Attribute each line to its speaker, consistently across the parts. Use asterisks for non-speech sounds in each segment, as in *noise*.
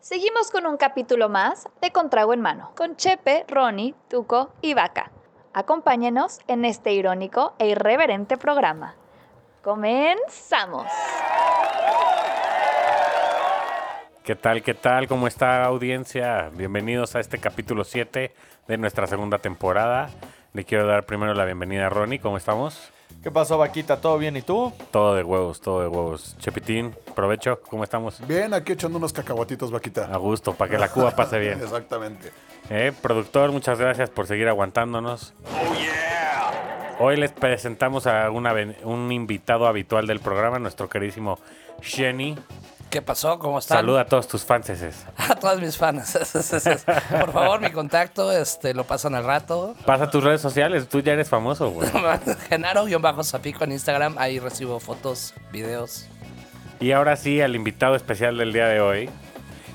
Speaker 1: Seguimos con un capítulo más de Contrago en Mano, con Chepe, Ronnie, Tuco y Vaca. Acompáñenos en este irónico e irreverente programa. ¡Comenzamos!
Speaker 2: ¿Qué tal? ¿Qué tal? ¿Cómo está audiencia? Bienvenidos a este capítulo 7 de nuestra segunda temporada. Le quiero dar primero la bienvenida a Ronnie. ¿Cómo estamos?
Speaker 3: ¿Qué pasó, Vaquita? ¿Todo bien? ¿Y tú?
Speaker 2: Todo de huevos, todo de huevos. Chepitín, provecho. ¿Cómo estamos?
Speaker 4: Bien, aquí echando unos cacahuatitos, vaquita.
Speaker 2: A gusto, para que la Cuba pase Ah, bien.
Speaker 4: Exactamente.
Speaker 2: Eh, productor, muchas gracias por seguir aguantándonos. Hoy les presentamos a una ven- un invitado habitual del programa, nuestro queridísimo Shenny.
Speaker 5: ¿Qué pasó? ¿Cómo están?
Speaker 2: Saluda a todos tus fanses.
Speaker 5: *laughs* A todas mis fans. *laughs* Por favor, mi contacto, este, lo pasan al rato. *laughs*
Speaker 2: Pasa tus redes sociales, tú ya eres famoso, güey.
Speaker 5: Genaro-Zapico en Instagram, ahí recibo fotos, videos.
Speaker 2: Y ahora sí, al invitado especial del día de hoy,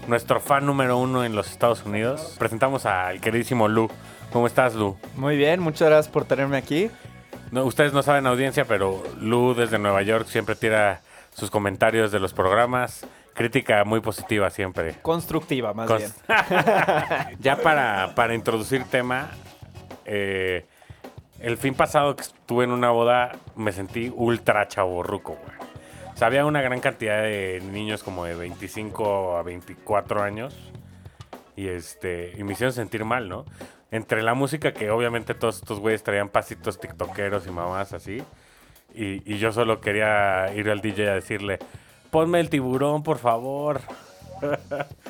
Speaker 2: nuestro fan número uno en los Estados Unidos, presentamos al queridísimo Lu. ¿Cómo estás, Lu?
Speaker 3: Muy bien, muchas gracias por tenerme aquí.
Speaker 2: No, ustedes no saben audiencia, pero Lu desde Nueva York siempre tira sus comentarios de los programas. Crítica muy positiva siempre.
Speaker 6: Constructiva, más bien.
Speaker 2: Cons- ya para, para introducir tema, eh, el fin pasado que estuve en una boda me sentí ultra chaborruco, güey. O sea, había una gran cantidad de niños como de 25 a 24 años y, este, y me hicieron sentir mal, ¿no? Entre la música que obviamente todos estos güeyes traían pasitos tiktokeros y mamás así. Y, y yo solo quería ir al DJ a decirle, ponme el tiburón, por favor.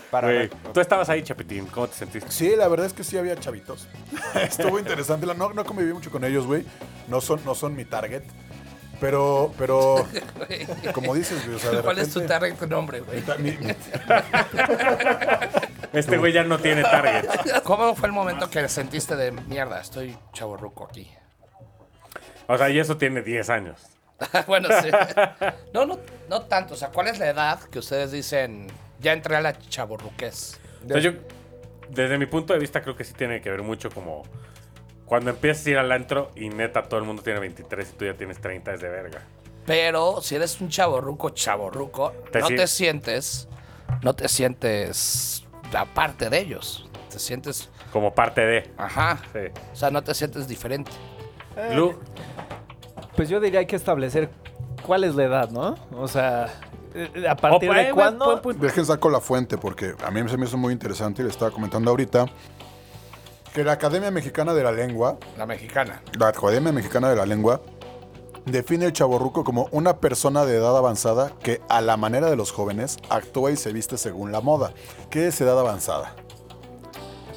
Speaker 6: Para
Speaker 2: Güey,
Speaker 6: ver.
Speaker 2: Tú estabas ahí, Chapitín. ¿Cómo te sentiste?
Speaker 4: Sí, la verdad es que sí había chavitos. *laughs* Estuvo interesante. La- No, no conviví mucho con ellos, güey. No son, no son mi target. Pero,
Speaker 5: *laughs*
Speaker 4: pero, como dices, güey, o sea, de
Speaker 5: ¿Cuál es tu
Speaker 4: repente-
Speaker 5: target nombre, güey?
Speaker 4: Mi- mi-
Speaker 2: Este güey ya no tiene target.
Speaker 5: *laughs* ¿Cómo fue el momento que sentiste de mierda? Estoy chaborruco aquí. *laughs*
Speaker 2: O sea, y eso tiene 10 años.
Speaker 5: bueno, sí. No, no, no tanto. O sea, ¿cuál es la edad que ustedes dicen ya entré a la chaborruquez?
Speaker 2: O sea, yo, desde mi punto de vista, creo que sí tiene que ver mucho como cuando empiezas a ir al antro y neta todo el mundo tiene 23 y tú ya tienes 30, es de verga.
Speaker 5: Pero si eres un chaborruco, chaborruco,
Speaker 2: Te
Speaker 5: no
Speaker 2: si-
Speaker 5: te sientes, no te sientes aparte de ellos. Te sientes,
Speaker 2: Como parte de.
Speaker 5: ajá.
Speaker 2: Sí.
Speaker 5: O sea, no te sientes diferente. Eh,
Speaker 2: Lu,
Speaker 6: Pues yo diría que establecer cuál es la edad, ¿no? O sea, eh, a
Speaker 2: o-
Speaker 6: partir
Speaker 2: eh,
Speaker 6: de
Speaker 2: buen- buen
Speaker 6: cuándo.
Speaker 2: punto.
Speaker 4: Dejen saco la fuente porque a mí se me hizo muy interesante y le estaba comentando ahorita que la Academia Mexicana de la Lengua
Speaker 5: La mexicana.
Speaker 4: La Academia Mexicana de la Lengua define el chaborruco como una persona de edad avanzada que, a la manera de los jóvenes, actúa y se viste según la moda. ¿Qué es edad avanzada?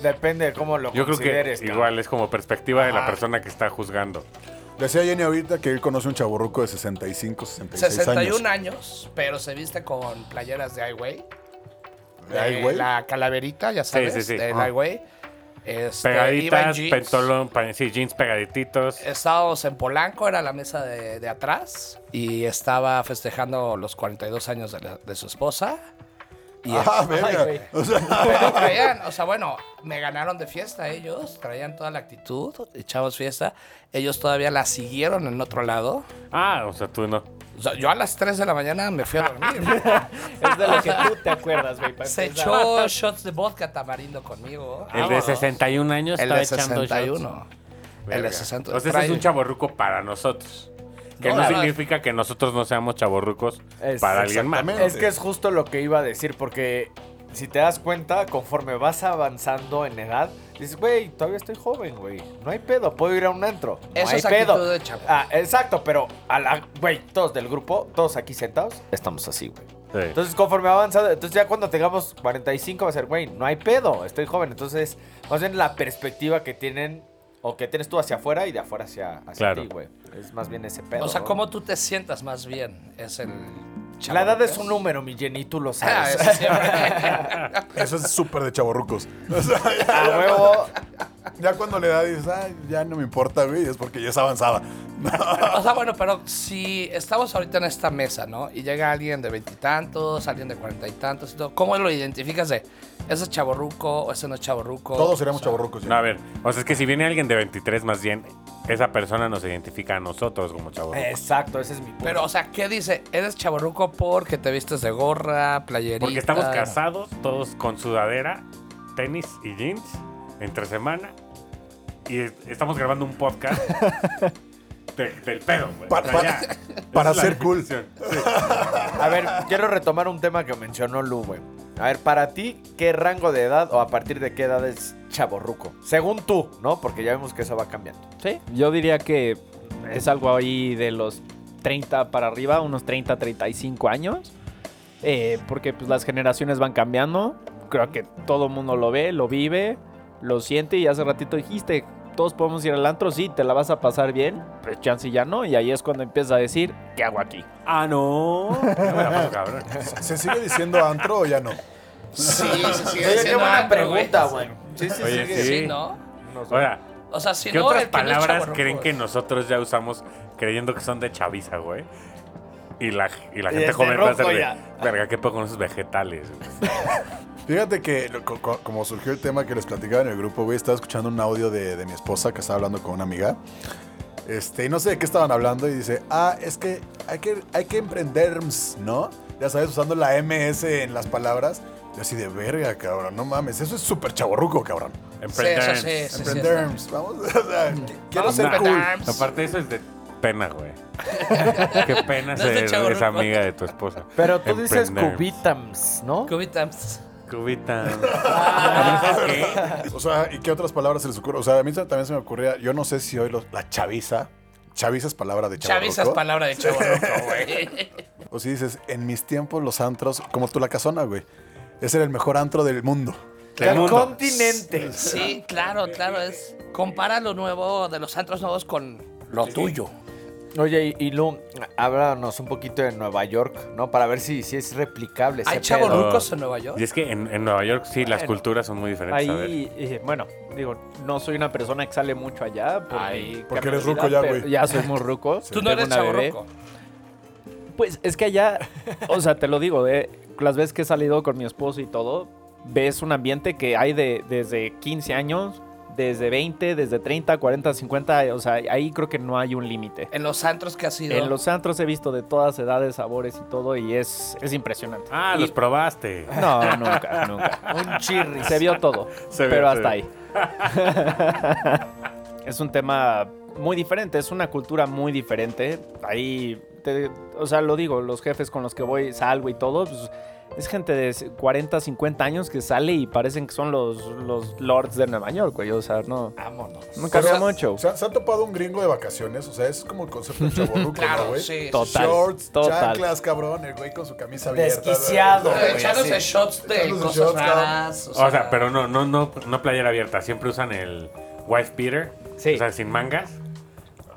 Speaker 7: Depende de cómo lo
Speaker 2: Yo creo que
Speaker 7: consideres. cabrón.
Speaker 2: igual es como perspectiva de la persona que está juzgando.
Speaker 4: Decía Jenny ahorita que él conoce un chaborruco de 65, 66 años.
Speaker 5: 61 años. pero se viste con playeras de Highway.
Speaker 4: ¿De Ah, Highway?
Speaker 5: La calaverita, ya sabes,
Speaker 2: sí, sí.
Speaker 5: del
Speaker 2: Ah.
Speaker 5: Highway. Este, iba en
Speaker 2: Pegaditas,
Speaker 5: jeans. Eh.
Speaker 2: pantalón, pa- sí, jeans pegadititos.
Speaker 5: Estábamos en Polanco, era la mesa de, de atrás, y estaba festejando los 42 años de, la- de su esposa. Y
Speaker 4: Ah,
Speaker 5: este-
Speaker 4: verga.
Speaker 5: Ay, güey.
Speaker 4: O sea,
Speaker 5: Pero traían, o sea, bueno, me ganaron de fiesta ellos, traían toda la actitud, echamos fiesta. Ellos todavía la siguieron en otro lado.
Speaker 2: Ah, o sea, tú no.
Speaker 5: O sea, yo a las 3 de la mañana me fui a dormir.
Speaker 6: Es de lo que tú te acuerdas, güey. para
Speaker 5: Se
Speaker 6: empezar.
Speaker 5: echó shots de vodka tamarindo conmigo. Ah,
Speaker 2: El de 61 años
Speaker 5: El
Speaker 2: está
Speaker 5: de
Speaker 2: echando shots.
Speaker 5: 61. El
Speaker 2: Verga.
Speaker 5: de 60.
Speaker 2: O sea, ese es un chaborruco para nosotros. Que
Speaker 5: No,
Speaker 2: no,
Speaker 5: la verdad.
Speaker 2: significa que nosotros no seamos chaborrucos
Speaker 6: Es-
Speaker 2: para alguien más.
Speaker 4: exactamente.
Speaker 7: Es que es justo lo que iba a decir, porque si te das cuenta, conforme vas avanzando en edad, dices, güey, todavía estoy joven, güey. No hay pedo, puedo ir a un antro. No
Speaker 5: Eso
Speaker 7: hay
Speaker 5: es actitud
Speaker 7: pedo.
Speaker 5: de chavo.
Speaker 7: Ah, exacto, pero a la, güey, todos del grupo, todos aquí sentados, estamos así, güey.
Speaker 2: Sí.
Speaker 7: Entonces, conforme avanzando, entonces ya cuando tengamos 45 va a ser, güey, no hay pedo, estoy joven. Entonces, más bien la perspectiva que tienen o que tienes tú hacia afuera y de afuera hacia, hacia
Speaker 2: Claro.
Speaker 7: ti, güey. Es más bien ese pedo.
Speaker 5: O sea,
Speaker 7: ¿no?
Speaker 5: cómo tú te sientas más bien es el
Speaker 7: La edad es un número, mi Jenny,
Speaker 5: *laughs*
Speaker 7: tú lo
Speaker 5: Ah,
Speaker 7: sabes.
Speaker 5: eso siempre.
Speaker 4: eso es súper de chaborrucos. O sea, ya,
Speaker 7: A huevo.
Speaker 4: ya cuando le da dices, "Ay, ya no me importa, güey, es porque ya es avanzada.
Speaker 5: O sea, bueno, pero si estamos ahorita en esta mesa, ¿no? Y llega alguien de veintitantos, alguien de cuarenta y tantos y todo, ¿cómo lo identificas de ese es chaborruco o ese no es chaborruco?
Speaker 4: Todos seremos
Speaker 5: O sea,
Speaker 4: chaborrucos.
Speaker 2: No, a ver. O sea, es que si viene alguien de 23 más bien, esa persona nos identifica a nosotros como chavos.
Speaker 7: Exacto, ese es mi punto.
Speaker 5: Pero, o sea, ¿qué dice? Eres chaborruco porque te vistes de gorra, playerita.
Speaker 2: Porque estamos casados, todos con sudadera, tenis y jeans, entre semana. Y es- estamos grabando un podcast de- del pedo, güey.
Speaker 4: Pa- pa-
Speaker 2: ya. Esa
Speaker 4: para
Speaker 2: es la
Speaker 4: ser cool.
Speaker 2: definición.
Speaker 7: A ver, quiero retomar un tema que mencionó Lu, güey. A ver, para ti, ¿qué rango de edad o a partir de qué edad es chaborruco? Según tú, ¿no? Porque ya vemos que eso va cambiando.
Speaker 6: Sí, yo diría que es algo ahí de los 30 para arriba, unos 30, 35 años. eh, porque pues las generaciones van cambiando. Creo que todo el mundo lo ve, lo vive, lo siente. Y hace ratito dijiste, todos podemos ir al antro, sí, te la vas a pasar bien. Pues chance ya no. Y ahí es cuando empiezas a decir, ¿qué hago aquí?
Speaker 2: Ah, no. Ya me la paso, cabrón.
Speaker 4: ¿Se sigue diciendo antro o ya no?
Speaker 5: Sí,
Speaker 2: *laughs*
Speaker 5: sí, sí.
Speaker 7: Oye, qué
Speaker 5: "Ah,
Speaker 7: buena pregunta, güey.
Speaker 5: Sí, sí,
Speaker 2: Oye,
Speaker 5: sí.
Speaker 2: sí.
Speaker 5: Sí, ¿no?
Speaker 2: Ahora,
Speaker 5: O sea, si
Speaker 2: ¿qué
Speaker 5: no,
Speaker 2: otras
Speaker 5: el que no es
Speaker 2: palabras
Speaker 5: chavorruco,
Speaker 2: creen que
Speaker 5: güey.
Speaker 2: nosotros ya usamos creyendo que son de chaviza, güey? Y la, y la
Speaker 7: Y
Speaker 2: gente
Speaker 5: este,
Speaker 7: es de
Speaker 2: joven va a ser
Speaker 7: rojo
Speaker 2: de,
Speaker 7: ya.
Speaker 2: verga, ¿qué puedo con esos vegetales? güey?"
Speaker 4: Fíjate que lo- co- co- como surgió el tema que les platicaba en el grupo, güey, estaba escuchando un audio de, de mi esposa que estaba hablando con una amiga. Este, y no sé de qué estaban hablando y dice, ah, es que hay que, hay que emprender, ¿no? Ya sabes, usando la MS en las palabras. Yo así de verga, cabrón, no mames, eso es súper chaborruco, cabrón.
Speaker 5: Sí, eso
Speaker 2: Emprender.
Speaker 5: sí, sí, sí,
Speaker 4: Emprender,
Speaker 5: está.
Speaker 4: vamos, *laughs* o sea, qu- quiero
Speaker 5: Vamos a
Speaker 4: ser cool.
Speaker 5: emprender.
Speaker 2: Aparte, eso es de pena,
Speaker 5: *laughs*
Speaker 2: güey. Qué pena
Speaker 5: No es de
Speaker 2: ser
Speaker 5: chavo
Speaker 2: esa
Speaker 5: ruco.
Speaker 2: amiga de tu esposa.
Speaker 7: Pero tú dices
Speaker 2: Emprender.
Speaker 7: cubitams, ¿no?
Speaker 5: Cubitams. *laughs*
Speaker 2: Cubita.
Speaker 4: O sea, ¿y qué otras palabras se les ocurre? O sea, a mí se- también se me ocurría, yo no sé si hoy los- la chaviza, chaviza es palabra de chaborruco.
Speaker 5: Chaviza es palabra de
Speaker 7: *laughs*
Speaker 5: chaborruco, güey.
Speaker 4: O si dices, en mis tiempos los antros, como tú la casona, güey. Ese era el mejor antro del mundo.
Speaker 2: Del
Speaker 7: Del
Speaker 2: mundo.
Speaker 7: continente.
Speaker 5: Sí, claro, claro. Es compara lo nuevo de los antros nuevos con lo tuyo.
Speaker 7: Oye, y, y Lu, háblanos un poquito de Nueva York, ¿no? Para ver si, si es replicable.
Speaker 5: Hay
Speaker 7: ese pedo.
Speaker 5: chavorruco. ¿Rucos en Nueva York?
Speaker 2: Y es que en, en Nueva York sí, las
Speaker 6: Bueno.
Speaker 2: culturas son muy diferentes. a ver.
Speaker 6: Ahí, eh, bueno, digo, no soy una persona que sale mucho allá. Por
Speaker 5: Ay,
Speaker 6: mi
Speaker 4: porque
Speaker 6: carnalidad,
Speaker 4: eres ruco ya,
Speaker 6: pero
Speaker 4: güey.
Speaker 6: Ya somos rucos.
Speaker 5: *laughs* Tú no eres chaborruco.
Speaker 6: Pues es que allá, o sea, te lo digo, eh, las veces que he salido con mi esposo y todo, ves un ambiente que hay de, desde 15 años, desde 20, desde 30, 40, 50, o sea, ahí creo que no hay un límite.
Speaker 5: En los antros que has ido.
Speaker 6: En los antros he visto de todas edades, sabores y todo, y es, es impresionante.
Speaker 2: Ah,
Speaker 6: Y-
Speaker 2: los probaste.
Speaker 6: No, nunca, nunca.
Speaker 7: Un chirris.
Speaker 6: Se vio todo,
Speaker 2: Se vio,
Speaker 6: pero
Speaker 2: se
Speaker 6: hasta
Speaker 2: vio.
Speaker 6: ahí. *laughs* es un tema muy diferente, es una cultura muy diferente. Ahí, te- o sea, lo digo, los jefes con los que voy, salgo y todo, pues, es gente de 40, 50 años que sale y parecen que son los, los lords de Nueva York, güey. O sea, no.
Speaker 5: Vámonos.
Speaker 6: Nunca
Speaker 5: O sea,
Speaker 6: había mucho.
Speaker 4: O sea, se han topado un gringo de vacaciones. O sea, es como el concepto de chaborruco,
Speaker 5: Claro,
Speaker 4: ¿no, güey?
Speaker 5: sí.
Speaker 6: Total.
Speaker 4: Shorts,
Speaker 6: total.
Speaker 4: chanclas, cabrón. El güey con su camisa abierta.
Speaker 7: Desquiciado,
Speaker 4: güey.
Speaker 7: güey.
Speaker 5: Echándose shots de
Speaker 4: Echándose
Speaker 5: cosas
Speaker 4: shots, cabrón.
Speaker 5: raras.
Speaker 2: O sea, pero no, no, no, no playera abierta. Siempre usan el wife beater.
Speaker 6: Sí.
Speaker 2: O sea, sin mangas.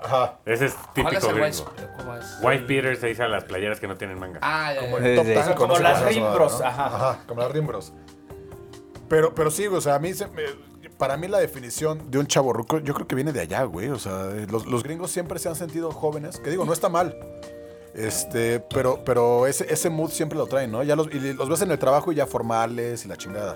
Speaker 4: Ajá.
Speaker 2: Ese es
Speaker 5: ¿Cuál es
Speaker 2: típico
Speaker 5: el
Speaker 2: gringo.
Speaker 5: guay- ¿Cómo es?
Speaker 2: Wife beater se dice a las playeras que no tienen mangas.
Speaker 5: Ah, ya, ya, ya.
Speaker 4: Top Tan,
Speaker 7: como
Speaker 4: no sé
Speaker 7: las
Speaker 4: cómo se llama,
Speaker 7: Rimbros,
Speaker 4: ¿no?
Speaker 7: ajá.
Speaker 4: Como las rimbros. Pero, pero sí, güey, o sea, a mí se me- Para mí la definición de un chaborruco, yo creo que viene de allá, güey. O sea, los, los gringos siempre se han sentido jóvenes, que digo, no está mal. Este, pero, pero ese, ese mood siempre lo traen, ¿no? Ya los, y los ves en el trabajo y ya formales y la chingada.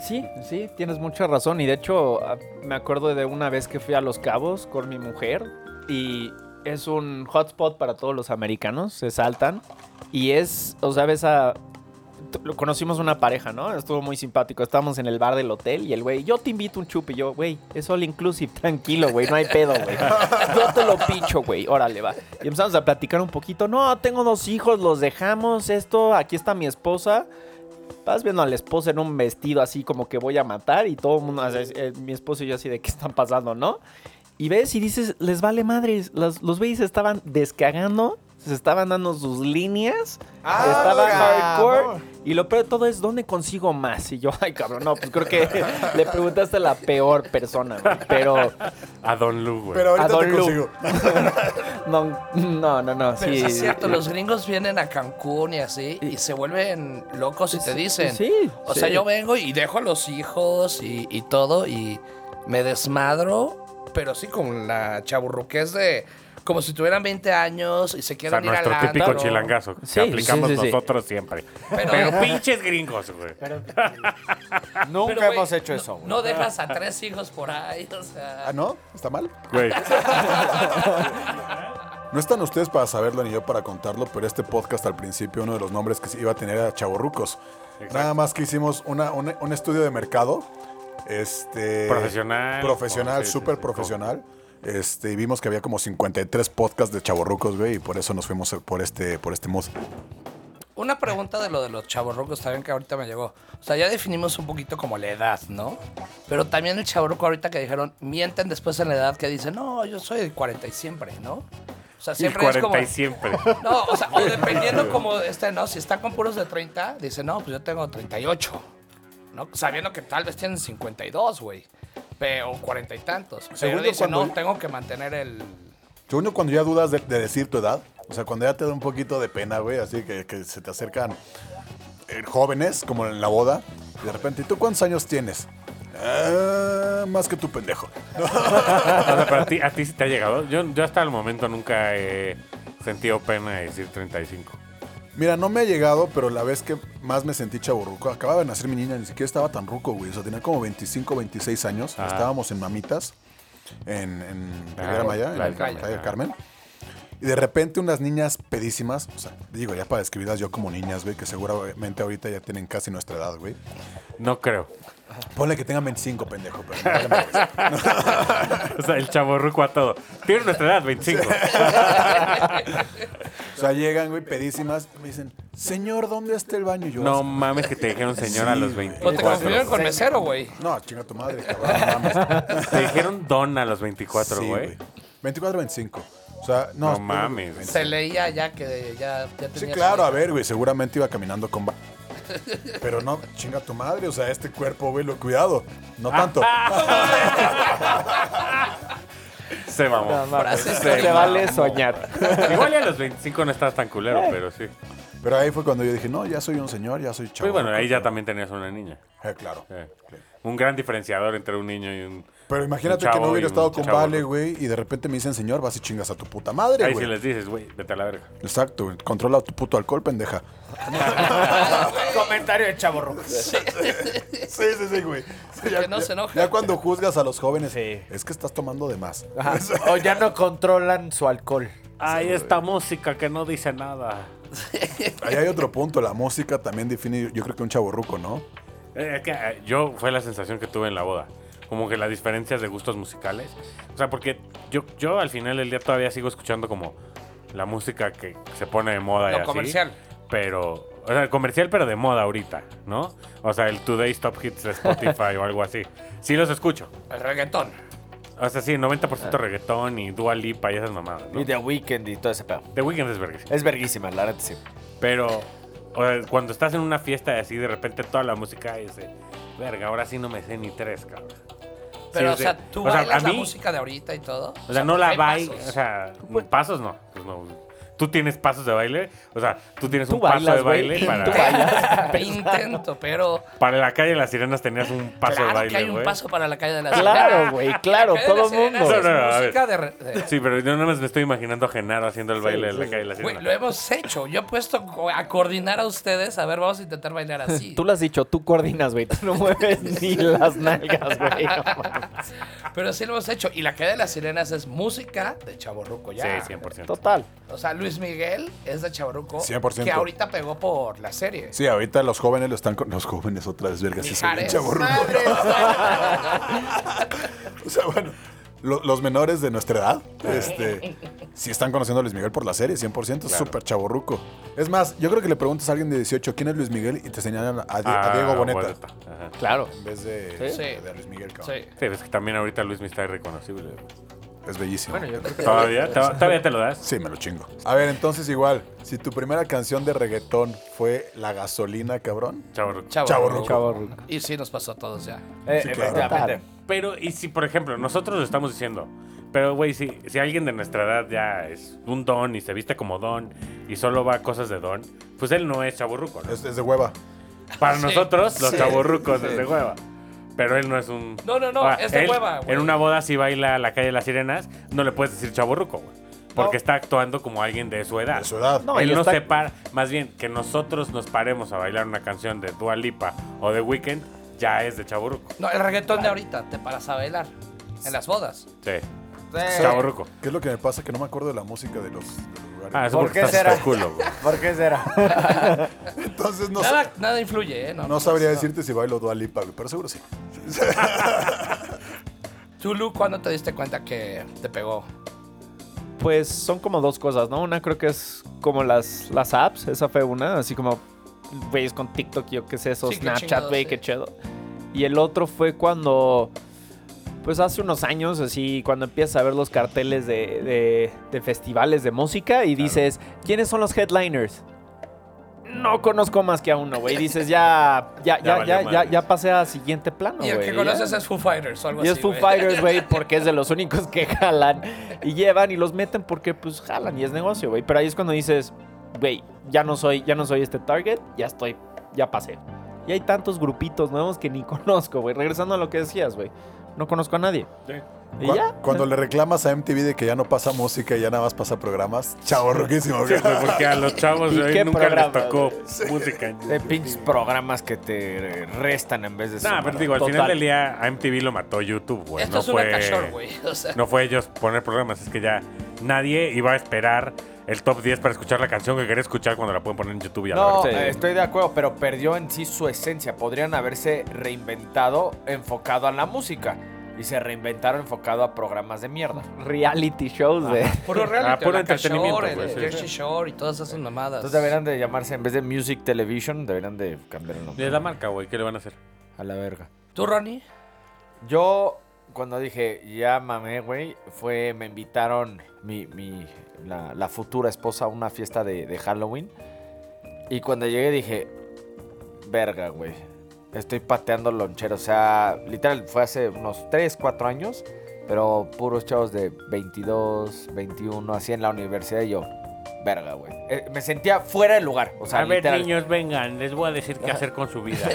Speaker 6: Sí, sí, tienes mucha razón. Y de hecho, a- me acuerdo de una vez que fui a Los Cabos con mi mujer y es un hotspot para todos los americanos, se saltan. Y es, o sea, ves a... t- lo- Conocimos una pareja, ¿no? Estuvo muy simpático. Estábamos en el bar del hotel y el güey, yo te invito un chupe. Y yo, güey, es all inclusive, tranquilo, güey, no hay pedo, güey. Yo te lo picho, güey, órale, va. Y empezamos a platicar un poquito. No, tengo dos hijos, los dejamos, esto, aquí está mi esposa. Vas viendo a la esposa en un vestido así como que voy a matar y todo el mundo, o sea, eh, mi esposo y yo así de qué están pasando, ¿no? Y ves y dices, les vale madres, los, los güeyes estaban descagando, se estaban dando sus líneas,
Speaker 7: Ah,
Speaker 6: estaban
Speaker 7: cabrón.
Speaker 6: hardcore. Y lo peor de todo es, ¿dónde consigo más? Y yo, ay cabrón, no, pues creo que *laughs* le preguntaste a la peor persona, güey, pero
Speaker 2: A Don Lu, güey.
Speaker 4: Pero ahorita
Speaker 6: A Don
Speaker 4: te
Speaker 6: Lu.
Speaker 4: consigo.
Speaker 6: no, no, no, no,
Speaker 5: Pero
Speaker 6: sí.
Speaker 5: sí es cierto, los gringos vienen a Cancún y así, y se vuelven locos y te dicen.
Speaker 6: sí,
Speaker 5: O
Speaker 6: sí.
Speaker 5: sea, yo vengo y dejo a los hijos y, y todo, y me desmadro pero sí con la chaburruquez de como si tuvieran 20 años y se
Speaker 2: O sea,
Speaker 5: quieran ir a
Speaker 2: nuestro
Speaker 5: la
Speaker 2: típico chilangazo que
Speaker 6: Sí,
Speaker 2: aplicamos
Speaker 6: sí, sí, sí.
Speaker 2: nosotros siempre.
Speaker 5: Pero-
Speaker 2: Pero, pinches gringos, güey.
Speaker 7: Nunca hemos hecho eso, güey.
Speaker 5: No dejas a tres hijos por ahí, o sea.
Speaker 4: Ah, ¿no? ¿Está mal?
Speaker 2: Güey,
Speaker 4: No están ustedes para saberlo ni yo para contarlo, pero este podcast al principio uno de los nombres que se iba a tener era Chavorrucos. Nada más que hicimos una- una- un estudio de mercado. Este,
Speaker 2: Profesional.
Speaker 4: Profesional,
Speaker 2: Sí, sí,
Speaker 4: súper
Speaker 2: sí,
Speaker 4: profesional. Este, y vimos que había como 53 podcasts de chavorrucos, güey, y por eso nos fuimos por este, por este mood.
Speaker 5: Una pregunta de lo de los chavorrucos también que ahorita me llegó. O sea, ya definimos un poquito como la edad, ¿no? Pero también el chavorruco ahorita que dijeron, mienten después en la edad que dicen, no, yo soy el 40 y siempre, ¿no? O sea,
Speaker 2: el
Speaker 5: siempre es
Speaker 2: 40
Speaker 5: como...
Speaker 2: y siempre.
Speaker 5: No, o sea, o dependiendo como este, ¿no? Si están con puros de 30, dicen, no, pues yo tengo 38, ¿no? Sabiendo que tal vez tienen 52, güey. pe- O cuarenta y tantos. Pero
Speaker 4: Según yo,
Speaker 5: dicen,
Speaker 4: cuando-
Speaker 5: no, tengo que mantener el...
Speaker 4: Según yo, cuando ya dudas de, de decir tu edad, o sea, cuando ya te da un poquito de pena, güey, así que, que se te acercan eh, jóvenes, como en la boda, y de repente, ¿y tú cuántos años tienes? "Ah, más que tu pendejo.
Speaker 2: O sea, pero a ti, a ti sí te ha llegado. Yo, yo hasta el momento nunca he sentido pena de decir 35.
Speaker 4: Mira, no me ha llegado, pero la vez que más me sentí chaburruco, acababa de nacer mi niña, ni siquiera estaba tan ruco, güey. O sea, tenía como 25, 26 años.
Speaker 2: Ah.
Speaker 4: Estábamos en Mamitas, en, en
Speaker 2: Ah,
Speaker 4: Riviera Maya, en
Speaker 2: Playa del
Speaker 4: Playa
Speaker 2: Carmen,
Speaker 4: del
Speaker 2: ah.
Speaker 4: Carmen. Y de repente unas niñas pedísimas, o sea, digo, ya para describirlas yo como niñas, güey, que seguramente ahorita ya tienen casi nuestra edad, güey.
Speaker 2: No creo.
Speaker 4: Ponle que tengan 25, pendejo, pero no vale madres.
Speaker 2: *laughs* O sea, el chaborruco a todo. Tienes nuestra edad, 25.
Speaker 4: O sea, llegan, güey, pedísimas, y me dicen, señor, ¿dónde está el baño? Y yo,
Speaker 2: No mames que te dijeron señor a
Speaker 4: Sí,
Speaker 2: los
Speaker 4: güey.
Speaker 5: O Pues te
Speaker 2: 24.
Speaker 5: confundieron con mesero, güey.
Speaker 4: no, chinga tu madre, cabrón, no mames.
Speaker 2: Te dijeron don a los 24,
Speaker 4: Sí,
Speaker 2: güey.
Speaker 4: 24, 25. O sea, no.
Speaker 2: No
Speaker 4: espera,
Speaker 2: mames.
Speaker 4: 25.
Speaker 5: Se leía ya que ya, ya tenía...
Speaker 4: Sí, claro, a
Speaker 5: *laughs*
Speaker 4: ver, güey, seguramente iba caminando con... ba- Pero no, chinga tu madre, o sea, este cuerpo, güey, lo cuidado.
Speaker 2: Ah.
Speaker 4: No tanto.
Speaker 2: Se mamó.
Speaker 6: *laughs* Te vale soñar.
Speaker 2: Igual y a los 25 no estás tan culero,
Speaker 4: Eh.
Speaker 2: pero sí.
Speaker 4: Pero ahí fue cuando yo dije, no, ya soy un señor, ya soy chavo.
Speaker 2: Pues bueno, ahí ya también tenías una niña.
Speaker 4: Eh, claro.
Speaker 2: Sí. Un gran diferenciador entre un niño y un.
Speaker 4: Pero imagínate
Speaker 2: un
Speaker 4: que
Speaker 2: chavo
Speaker 4: no hubiera
Speaker 2: y un
Speaker 4: estado con
Speaker 2: chavo,
Speaker 4: Vale,
Speaker 2: ¿no?
Speaker 4: güey, y de repente me dicen, señor, vas y chingas a tu puta madre,
Speaker 2: Ahí sí
Speaker 4: güey.
Speaker 2: les dices, güey, vete a la verga.
Speaker 4: Exacto, güey, controla tu puto alcohol,
Speaker 5: *laughs*
Speaker 4: pendeja.
Speaker 7: Comentario de chaborruco.
Speaker 4: Sí, sí, sí, güey. Sí,
Speaker 5: Que no se enoje.
Speaker 4: Ya cuando juzgas a los jóvenes,
Speaker 7: Sí.
Speaker 4: es que estás tomando de más.
Speaker 7: Ajá. O ya no controlan su alcohol.
Speaker 2: Ay, esta música que no dice nada.
Speaker 4: Ahí hay otro punto, la música también define, yo creo que un chaborruco, ¿no?
Speaker 2: Eh, es que, eh, yo fue la sensación que tuve en la boda. Como que las diferencias de gustos musicales. O sea, porque yo, yo al final del día todavía sigo escuchando como la música que se pone de moda.
Speaker 5: Lo
Speaker 2: y así,
Speaker 5: comercial.
Speaker 2: Pero, o sea, comercial, pero de moda ahorita, ¿no? O sea, el Today's Top Hits de Spotify *laughs* o algo así. Sí los escucho.
Speaker 5: El reggaetón.
Speaker 2: O sea, sí, 90% reggaetón y Dua Lipa y esas mamadas, ¿no?
Speaker 7: Y The Weeknd y todo ese pedo.
Speaker 2: The Weeknd es verga.
Speaker 7: Es verguísima, la verdad, sí.
Speaker 2: Pero o sea, cuando estás en una fiesta y así, de repente toda la música es de, verga, ahora sí no me sé ni tres, cabrón.
Speaker 5: Pero,
Speaker 2: Sí,
Speaker 5: o sea, tú
Speaker 2: o sea,
Speaker 5: bailas
Speaker 2: a mí,
Speaker 5: la música de ahorita y todo. Pues
Speaker 2: O sea, no la
Speaker 5: hay
Speaker 2: baile,
Speaker 5: pasos.
Speaker 2: o
Speaker 5: *laughs*
Speaker 2: sea, pasos no, pues no. Tú tienes pasos de baile, o sea, tú tienes
Speaker 6: Tú
Speaker 2: un paso
Speaker 6: bailas,
Speaker 2: de
Speaker 6: güey.
Speaker 2: baile
Speaker 6: Tú
Speaker 2: para,
Speaker 5: Intento, pero
Speaker 2: para la calle de las sirenas tenías un paso de
Speaker 5: claro
Speaker 2: baile,
Speaker 5: que hay un
Speaker 2: güey.
Speaker 5: paso para la calle de la
Speaker 6: Claro,
Speaker 5: Serena.
Speaker 6: güey, claro,
Speaker 5: La calle de la
Speaker 6: todo
Speaker 5: Serena
Speaker 6: mundo.
Speaker 5: es
Speaker 2: No, no, no, a ver.
Speaker 5: música de re- de-
Speaker 2: Sí, pero yo nada más me estoy imaginando a Genaro haciendo el baile de la calle de las
Speaker 5: Güey,
Speaker 2: sirenas.
Speaker 5: lo hemos hecho. Yo he puesto co- a coordinar a ustedes. A ver, vamos a intentar bailar así.
Speaker 6: Tú lo has dicho, tú coordinas, güey. Tú no mueves *laughs* ni las nalgas, güey. No mames.
Speaker 5: Pero sí lo hemos hecho. Y la calle de las sirenas es música de Chaborruco
Speaker 2: Sí,
Speaker 5: ya.
Speaker 2: 100%.
Speaker 6: Total.
Speaker 5: O sea, Luis Miguel es de Chaborruco.
Speaker 4: 100%.
Speaker 5: Que ahorita pegó por la serie.
Speaker 4: Sí, ahorita los jóvenes lo están con... Los jóvenes otra vez, verga, sí, se ven
Speaker 5: Mijares.
Speaker 4: chavorrucos.
Speaker 5: Madre, o sea,
Speaker 4: *laughs* O sea, bueno, lo- los menores de nuestra edad, este, sí están conociendo a Luis Miguel por la serie, 100%, es súper chaborruco. Es más, yo creo que le preguntas a alguien de 18, ¿quién es Luis Miguel? Y te señalan a, Di- a
Speaker 2: Ah,
Speaker 4: Diego Boneta.
Speaker 2: Ajá.
Speaker 6: Claro.
Speaker 4: En vez de,
Speaker 5: Sí.
Speaker 4: de Luis Miguel, cabrón.
Speaker 5: Sí.
Speaker 2: Sí, ves que también ahorita Luis me está irreconocible. güey.
Speaker 4: Es bellísimo.
Speaker 2: ¿Todavía? ¿Tod- ¿Todavía te lo das?
Speaker 4: Sí, me lo chingo. A ver, entonces igual, si tu primera canción de reggaetón fue La Gasolina, cabrón.
Speaker 2: Chaborruco.
Speaker 5: Chaborruco.
Speaker 6: Chaborruco.
Speaker 5: Y sí, nos pasó a todos ya.
Speaker 7: Eh,
Speaker 4: Sí, claro.
Speaker 7: efectivamente.
Speaker 2: Pero, y si, por ejemplo, nosotros lo estamos diciendo, pero, güey, si, si alguien de nuestra edad ya es un don y se viste como don y solo va a cosas de don, pues él no es chaburruco, ¿no?
Speaker 4: Es, es de hueva.
Speaker 2: Para
Speaker 5: Sí.
Speaker 2: nosotros, los
Speaker 5: Sí.
Speaker 2: chaburrucos desde hueva. Pero él no es un. Ah,
Speaker 5: No, no, no, es de
Speaker 2: él,
Speaker 5: hueva, güey.
Speaker 2: En una boda, si baila la calle de las sirenas, no le puedes decir chaborruco, güey. Porque está actuando como alguien de su edad.
Speaker 4: De su edad.
Speaker 6: No,
Speaker 2: él
Speaker 6: y
Speaker 2: no *laughs*
Speaker 6: está-
Speaker 2: se para. Más bien, que nosotros nos paremos a bailar una canción de Dua Lipa o de Weekend, ya es de chaborruco.
Speaker 5: No, el reggaetón de ahorita, te paras a bailar. En las bodas.
Speaker 2: Sí.
Speaker 7: Sí.
Speaker 2: Chaborruco.
Speaker 4: ¿Qué es lo que me pasa? Que no me acuerdo de la música de los, de los lugares.
Speaker 2: Ah, eso
Speaker 7: ¿Por
Speaker 2: porque
Speaker 7: qué
Speaker 2: estás
Speaker 7: será?
Speaker 2: hasta el culo, güey.
Speaker 7: ¿Por qué será?
Speaker 4: *laughs* Entonces no,
Speaker 5: nada,
Speaker 4: sa-
Speaker 5: nada influye, ¿eh? No,
Speaker 4: no sabría decirte si bailo Dua Lipa, güey, pero seguro sí.
Speaker 5: ¿Tú, Lu, cuándo te diste cuenta que te pegó?
Speaker 6: Pues son como dos cosas, ¿no? Una creo que es como las, las apps, esa fue una, así como güeyes con TikTok, yo qué sé, eso,
Speaker 5: Sí, qué
Speaker 6: Snapchat,
Speaker 5: chingados,
Speaker 6: güey,
Speaker 5: sí.
Speaker 6: qué chido. Y el otro fue cuando, pues hace unos años, así, cuando empiezas a ver los carteles de, de- de festivales de música y dices, ¿quiénes son los headliners? No conozco más que a uno, güey. Y Dices, ya, ya,
Speaker 2: Ya
Speaker 6: ya,
Speaker 2: valió
Speaker 6: ya, ya,
Speaker 2: madres.
Speaker 6: ya pasé a siguiente plano, güey.
Speaker 5: y el que
Speaker 6: ya.
Speaker 5: conoces es Foo Fighters o algo
Speaker 6: Y
Speaker 5: así.
Speaker 6: es Foo
Speaker 5: güey.
Speaker 6: Fighters,
Speaker 7: *laughs*
Speaker 6: güey, porque es de los únicos que jalan y llevan y los meten porque pues jalan y es negocio, güey. Pero ahí es cuando dices, güey, ya no soy, ya no soy este target, ya estoy, ya pasé. Y hay tantos grupitos nuevos que ni *laughs* conozco, güey. Regresando a lo que decías, güey. No conozco a nadie. Y
Speaker 4: Cu-
Speaker 6: ya.
Speaker 4: Cuando le reclamas a MTV de que ya no pasa música y ya nada más pasa programas, chavo, roquísimo.
Speaker 2: Sí,
Speaker 4: *laughs*
Speaker 2: güey, porque a los chavos
Speaker 6: ¿Y
Speaker 2: de
Speaker 6: qué
Speaker 2: hoy nunca les
Speaker 6: programa,
Speaker 2: tocó
Speaker 6: güey?
Speaker 2: música.
Speaker 7: De pinches programas que te restan en vez de
Speaker 2: Nah,
Speaker 7: sumar.
Speaker 2: pero digo, al
Speaker 6: Total.
Speaker 2: final del día a MTV lo mató YouTube, güey.
Speaker 4: Pues
Speaker 5: Esto
Speaker 2: no
Speaker 5: es
Speaker 2: fue...
Speaker 5: una cachor, güey. O sea,
Speaker 2: No fue ellos poner programas, es que ya nadie iba a esperar el top 10 para escuchar la canción que quería escuchar cuando la pueden poner en YouTube y a la
Speaker 7: No,
Speaker 2: verga.
Speaker 6: Sí.
Speaker 7: eh, estoy de acuerdo, pero perdió en sí su esencia. Podrían haberse reinventado enfocado a la música. Y se reinventaron enfocado a programas de mierda.
Speaker 6: Reality shows de...
Speaker 5: puro
Speaker 2: Ah,
Speaker 5: reality,
Speaker 2: puro
Speaker 5: la cachor,
Speaker 2: entretenimiento,
Speaker 5: el
Speaker 2: güey, sí.
Speaker 5: Jersey Shore y todas esas mamadas.
Speaker 7: Entonces deberían de llamarse, en vez de Music Television, deberían de cambiar el nombre.
Speaker 2: De la marca, güey, ¿qué le van a hacer?
Speaker 7: A la verga.
Speaker 5: ¿Tú, Ronnie?
Speaker 7: Yo, cuando dije, ya mamé, güey, fue, me invitaron mi, mi- la, la futura esposa a una fiesta de, de Halloween. Y cuando llegué dije, verga, güey, estoy pateando lonchero. O sea, literal, fue hace unos 3, 4 años, pero puros chavos de 22, 21, así en la universidad. Y yo, verga, güey. Eh, me sentía fuera del lugar. O sea,
Speaker 2: a ver,
Speaker 7: literal,
Speaker 2: niños, vengan, les voy a decir qué hacer con su vida.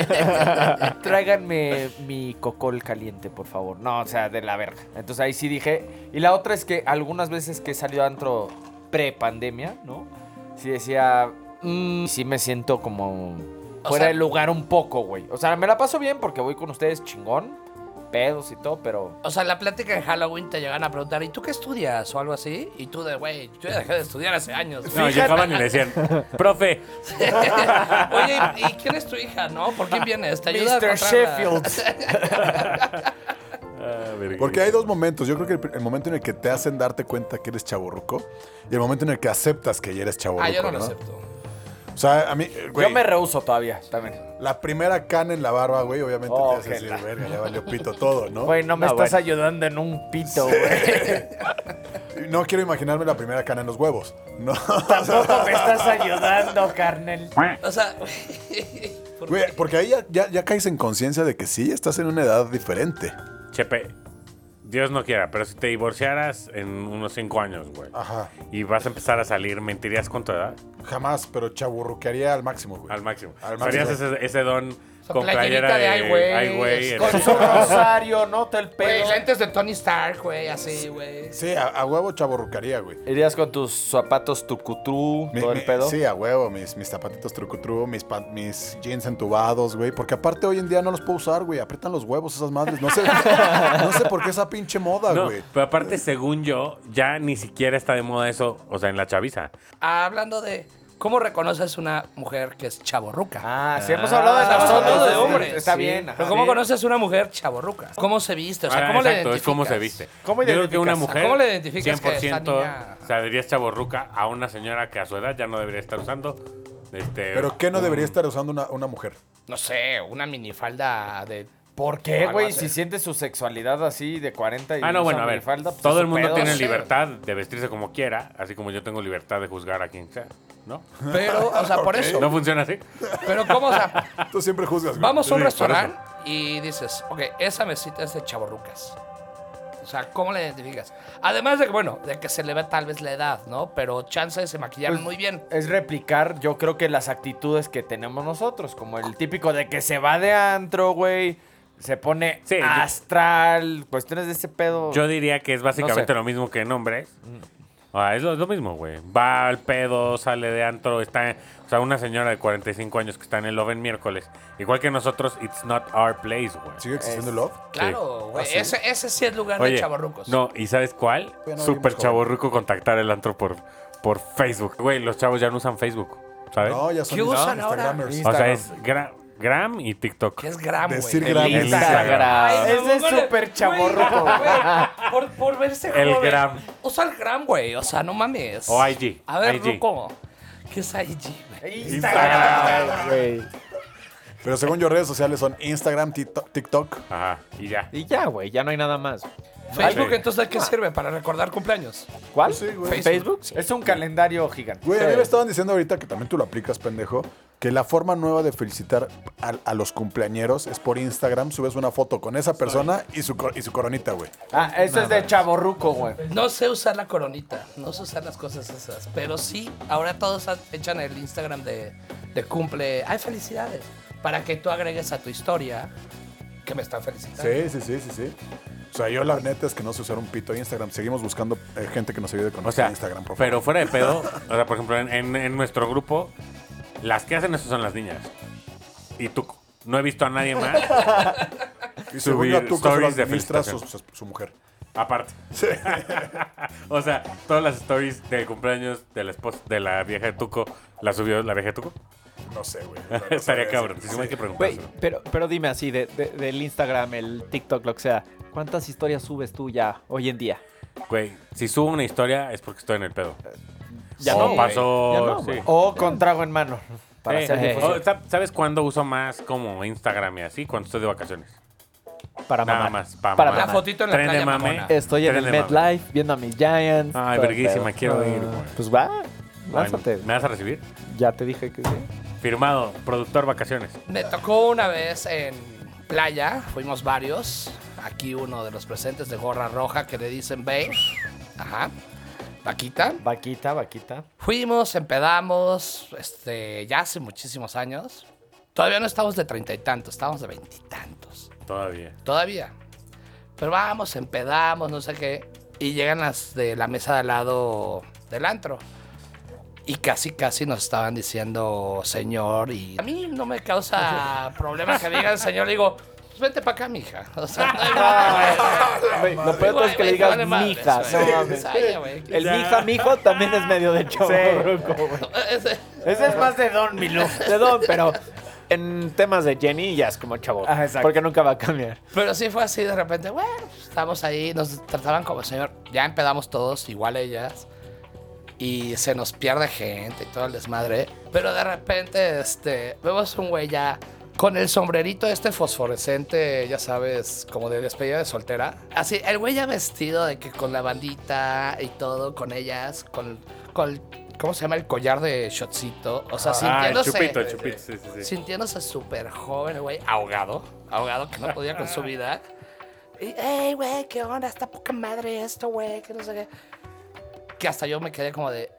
Speaker 7: *laughs* Tráiganme mi cocol caliente, por favor. No, o sea, de la verga. Entonces ahí sí dije. Y la otra es que algunas veces que he salido antro pre-pandemia, ¿no? Sí decía. "Mm, sí me siento como
Speaker 5: O
Speaker 7: fuera
Speaker 5: sea-
Speaker 7: de lugar un poco, güey. O sea, me la paso bien porque voy con ustedes chingón, pedos y todo, pero.
Speaker 5: O sea, en la plática de Halloween te llegan a preguntar, ¿y tú qué estudias? o algo así. Y tú de, güey, yo ya dejé de estudiar hace años.
Speaker 2: No,
Speaker 5: güey".
Speaker 2: llegaban y le decían, profe,
Speaker 5: *laughs* Oye, ¿y y quién es tu hija? ¿No? ¿Por quién vienes? Te ayuda a
Speaker 7: Mr.
Speaker 5: encontrarla.
Speaker 7: Sheffield.
Speaker 2: Ah, verga.
Speaker 4: Porque hay dos momentos. Yo creo que el, pr- el momento en el que te hacen darte cuenta que eres chaborruco y el momento en el que aceptas que ya eres chaborruco.
Speaker 5: *laughs* Ah, yo no lo
Speaker 4: ¿no?
Speaker 5: acepto.
Speaker 4: O sea, a mí, eh, güey,
Speaker 7: Yo me rehuso todavía, también.
Speaker 4: la primera cana en la barba, güey, obviamente
Speaker 7: Oh,
Speaker 4: te hace
Speaker 7: que
Speaker 4: decir,
Speaker 7: la-
Speaker 4: verga, ya valió pito todo, ¿no?
Speaker 7: Güey, no me
Speaker 6: No,
Speaker 7: estás
Speaker 6: bueno.
Speaker 7: ayudando en un pito, güey.
Speaker 6: *laughs*
Speaker 4: No quiero imaginarme la primera cana en los huevos, ¿no? *laughs*
Speaker 7: Tampoco me estás ayudando, carnel.
Speaker 5: O sea, ¿por
Speaker 4: Güey, porque ahí ya, ya- ya caes en conciencia de que sí, estás en una edad diferente.
Speaker 2: Chepe, Dios no quiera, pero si te divorciaras en unos 5 años, güey,
Speaker 4: Ajá.
Speaker 2: y vas a empezar a salir, ¿mentirías con tu edad?
Speaker 4: Jamás, pero chaburruquearía al máximo, güey.
Speaker 2: Al máximo.
Speaker 4: Al
Speaker 2: ¿Serías
Speaker 4: máximo.
Speaker 2: ese, ese don
Speaker 5: Su
Speaker 2: con
Speaker 5: playerita
Speaker 2: playera
Speaker 5: de
Speaker 2: de
Speaker 5: ay, güey,
Speaker 2: ay, güey?
Speaker 5: con
Speaker 2: etcétera?
Speaker 7: Su
Speaker 5: Ah.
Speaker 7: rosario, nota el
Speaker 5: Güey,
Speaker 7: pelo.
Speaker 5: lentes de Tony Stark, güey, así, güey.
Speaker 4: *laughs* Sí, a, a huevo chaburruquearía, güey.
Speaker 7: ¿Irías con tus zapatos tucutú,
Speaker 4: Mi-
Speaker 7: todo
Speaker 4: mi-
Speaker 7: el pedo?
Speaker 4: Sí, a huevo, mis, mis zapatitos trucutru, mis, pa- mis jeans entubados, güey. Porque aparte hoy en día no los puedo usar, güey. Aprietan los huevos esas madres. No sé, *laughs* no sé por qué esa pinche
Speaker 2: *laughs*
Speaker 4: moda,
Speaker 2: No,
Speaker 4: güey.
Speaker 2: pero aparte, según yo, ya ni siquiera está de moda eso, o sea, en la chaviza.
Speaker 5: Ah, Hablando de cómo reconoces una mujer que es chaborruca.
Speaker 7: Ah, si hemos hablado de
Speaker 5: Ah, estamos
Speaker 7: nosotros.
Speaker 5: hablando de
Speaker 7: sí,
Speaker 5: hombres.
Speaker 7: Está
Speaker 5: Sí.
Speaker 7: bien. ajá.
Speaker 5: Pero ¿cómo
Speaker 7: Sí.
Speaker 5: conoces una mujer chaborruca? ¿Cómo se viste? O sea,
Speaker 2: Ah,
Speaker 5: ¿cómo le
Speaker 2: exacto, es cómo se
Speaker 5: identificas?
Speaker 2: viste.
Speaker 7: ¿Cómo
Speaker 2: Yo creo que una
Speaker 7: identificas?
Speaker 2: mujer
Speaker 5: ¿Cómo le identificas que esta
Speaker 2: 100%
Speaker 5: niña-
Speaker 2: saberías chaborruca a una señora que a su edad ya no debería estar usando. Este,
Speaker 4: Pero ¿qué no debería estar usando una, una mujer?
Speaker 5: No sé, una minifalda de...
Speaker 7: ¿Por
Speaker 5: O
Speaker 7: qué,
Speaker 5: algo
Speaker 7: güey?
Speaker 5: así.
Speaker 7: Si sientes su sexualidad así de 40 y
Speaker 2: Ah, no,
Speaker 7: usa
Speaker 2: bueno, a ver.
Speaker 7: minifalda, pues, es
Speaker 2: todo el
Speaker 7: su
Speaker 2: mundo
Speaker 7: pedo.
Speaker 2: tiene
Speaker 7: Sí.
Speaker 2: libertad de vestirse como quiera, así como yo tengo libertad de juzgar a quien sea, ¿no?
Speaker 5: Pero, o sea,
Speaker 2: *laughs*
Speaker 5: por eso.
Speaker 2: ¿No pues funciona así?
Speaker 5: Pero ¿cómo, o sea,
Speaker 4: Tú siempre juzgas, güey.
Speaker 5: Vamos a un
Speaker 2: Sí,
Speaker 5: restaurante y dices, ok, esa mesita es de chaborrucas. O sea, ¿cómo la identificas? Además de que, bueno, de que se le ve tal vez la edad, ¿no? Pero chance se maquillaron
Speaker 7: Pues,
Speaker 5: muy bien.
Speaker 7: Es replicar, yo creo que las actitudes que tenemos nosotros, como el típico de que se va de antro, güey, se pone
Speaker 2: Sí, yo-
Speaker 7: astral, cuestiones de ese pedo.
Speaker 2: Yo diría que es básicamente
Speaker 7: No sé.
Speaker 2: lo mismo que en hombres. Ah, es, lo, es lo mismo, güey. Va al pedo, sale de antro, está... O sea, una señora de 45 años que está en el Oven miércoles. Igual que nosotros, it's not our place, güey.
Speaker 4: ¿Sigue existiendo el love?
Speaker 5: Claro, güey. Ese, ese sí es lugar de
Speaker 2: Oye,
Speaker 5: chavorrucos.
Speaker 2: no, ¿y sabes cuál?
Speaker 4: Ya no
Speaker 2: Súper
Speaker 4: vimos
Speaker 2: chavorruco contactar el antro por, por Facebook. Güey, los chavos ya no usan Facebook, ¿sabes?
Speaker 4: No, ya son
Speaker 5: ¿Qué usan ahora?
Speaker 4: Instagramers.
Speaker 2: o sea, es gra- Gram y TikTok.
Speaker 5: ¿Qué es gram, güey?
Speaker 4: Decir
Speaker 7: El
Speaker 4: gram.
Speaker 2: El
Speaker 7: Instagram.
Speaker 5: Ay,
Speaker 7: Ese
Speaker 5: no,
Speaker 7: es
Speaker 5: güey,
Speaker 7: súper chaborroco.
Speaker 5: güey, Por, por verse
Speaker 2: El
Speaker 5: joven.
Speaker 2: gram.
Speaker 5: Usa el gram, güey. O sea, no mames.
Speaker 2: O IG,
Speaker 5: A ver,
Speaker 2: IG.
Speaker 5: Ruco. ¿Qué es IG, güey?
Speaker 4: Pero según yo, redes sociales son Instagram, Tito- TikTok.
Speaker 2: Ajá, y ya.
Speaker 6: Y ya, güey, ya no hay nada más.
Speaker 5: Facebook,
Speaker 2: Sí.
Speaker 5: entonces, ¿de qué sirve? ¿Para recordar cumpleaños?
Speaker 6: ¿Cuál?
Speaker 4: Sí, güey.
Speaker 6: ¿Facebook?
Speaker 7: Es un calendario gigante.
Speaker 4: Güey, a mí me estaban diciendo ahorita que también tú lo aplicas, pendejo, que la forma nueva de felicitar a, a los cumpleañeros es por Instagram, subes una foto con esa persona y su, cor- y su coronita, güey.
Speaker 7: Ah, eso es de
Speaker 5: *laughs*
Speaker 7: chaborruco, güey.
Speaker 5: No sé usar la coronita. No sé usar las cosas esas. Pero sí, ahora todos ha- echan el Instagram de, de cumple. ¡Ay, felicidades! Para que tú agregues a tu historia que me están felicitando.
Speaker 4: Sí, sí, sí, sí, sí. O sea, yo la neta es que no sé usar un pito de Instagram. Seguimos buscando eh, gente que nos ayude con
Speaker 2: O sea,
Speaker 4: Instagram, por favor.
Speaker 2: pero fuera de
Speaker 4: *laughs*
Speaker 2: pedo, o sea, por ejemplo, en, en- en nuestro grupo, las que hacen eso son las niñas. Y tú, no he visto a nadie más,
Speaker 4: *laughs* y según
Speaker 2: subir
Speaker 4: yo, tú que se lo
Speaker 2: stories de
Speaker 4: administra su,
Speaker 2: felicitación.
Speaker 4: su- su mujer.
Speaker 2: aparte. *laughs* o sea, todas las stories del cumpleaños de la esposa, de la vieja de Tuco, la subió la vieja de Tuco.
Speaker 4: *laughs* No sé,
Speaker 2: *laughs*
Speaker 4: güey.
Speaker 2: Estaría cabrón, sí, hay que
Speaker 6: Güey,
Speaker 2: preguntárselo.
Speaker 6: pero, pero dime así, de- de- del Instagram, el TikTok, lo que sea, ¿cuántas historias subes tú ya hoy en día?
Speaker 2: Güey, si subo una historia es porque estoy en el pedo.
Speaker 6: Ya
Speaker 2: O
Speaker 6: no,
Speaker 2: Oh,
Speaker 6: güey.
Speaker 2: pasó-
Speaker 6: Ya no,
Speaker 2: sí.
Speaker 6: güey.
Speaker 7: O con trago en mano. Para
Speaker 2: Sí.
Speaker 7: hacer
Speaker 6: Eh.
Speaker 7: difusión.
Speaker 2: O, ¿sab- ¿Sabes cuándo uso más como Instagram y así? Cuando estoy de vacaciones.
Speaker 6: Para
Speaker 2: Oh, Nada
Speaker 6: mamar.
Speaker 2: más, para
Speaker 6: Para
Speaker 5: La
Speaker 2: mamar.
Speaker 6: mamar.
Speaker 5: fotito en la
Speaker 2: Tren de
Speaker 5: playa,
Speaker 2: mame.
Speaker 5: mamona.
Speaker 6: Estoy en
Speaker 2: Tren
Speaker 6: el
Speaker 2: de mamar.
Speaker 6: MedLife viendo a mis Giants.
Speaker 2: Ay,
Speaker 6: todo el
Speaker 2: verguísima,
Speaker 6: pedo.
Speaker 2: quiero ir,
Speaker 6: Ah,
Speaker 2: güey.
Speaker 6: Pues va,
Speaker 2: Bueno,
Speaker 6: lánzate.
Speaker 2: ¿Me vas a recibir?
Speaker 6: Ya te dije que sí.
Speaker 2: Firmado, productor vacaciones.
Speaker 5: Me tocó una vez en playa, fuimos varios. Aquí uno de los presentes de gorra roja que le dicen ve. Ajá. Paquita.
Speaker 7: Vaquita, vaquita.
Speaker 5: Fuimos, empedamos, este, ya hace muchísimos años. Todavía no estamos de treinta y tantos, estamos de veintitantos.
Speaker 2: Todavía.
Speaker 5: Todavía. Pero vamos, empedamos, no sé qué. Y llegan las de la mesa de al lado del antro. Y casi, casi nos estaban diciendo señor. Y a mí no me causa problema que digan señor. Digo, pues vente para acá, mija. *laughs* O sea,
Speaker 6: *laughs*
Speaker 5: no hay problema.
Speaker 6: Ah, Güey, lo peor de todo es que
Speaker 5: Ah,
Speaker 6: le
Speaker 5: Güey, güey,
Speaker 6: digas
Speaker 5: vale madre,
Speaker 6: mija.
Speaker 5: eso,
Speaker 6: no
Speaker 5: güey.
Speaker 6: mames.
Speaker 5: Saya, güey.
Speaker 6: El mija, mijo también es medio de chavo.
Speaker 5: Ese-
Speaker 7: Ese es más de Don Milú.
Speaker 6: Perdón, pero en temas de Jenny ya es como chavo.
Speaker 7: Ah, exacto.
Speaker 6: Porque nunca va a cambiar.
Speaker 5: Pero sí fue así, de repente, bueno, estamos ahí, nos trataban como señor, ya empedamos todos, igual ellas, y se nos pierde gente y todo el desmadre, pero de repente, este, vemos un güey ya con el sombrerito este fosforescente, ya sabes, como de despedida de soltera, así, el güey ya vestido de que con la bandita y todo, con ellas, con, con el- ¿cómo se llama? El collar de shotcito, o sea,
Speaker 2: Ah, el
Speaker 5: sintiéndose
Speaker 2: chupito, el chupito, sí, sí, sí.
Speaker 5: sintiéndose súper joven, güey, ahogado, ahogado que no podía con su vida. Y, hey, güey, qué onda, está poca madre esto, güey, que no sé qué. Que hasta yo me quedé como de,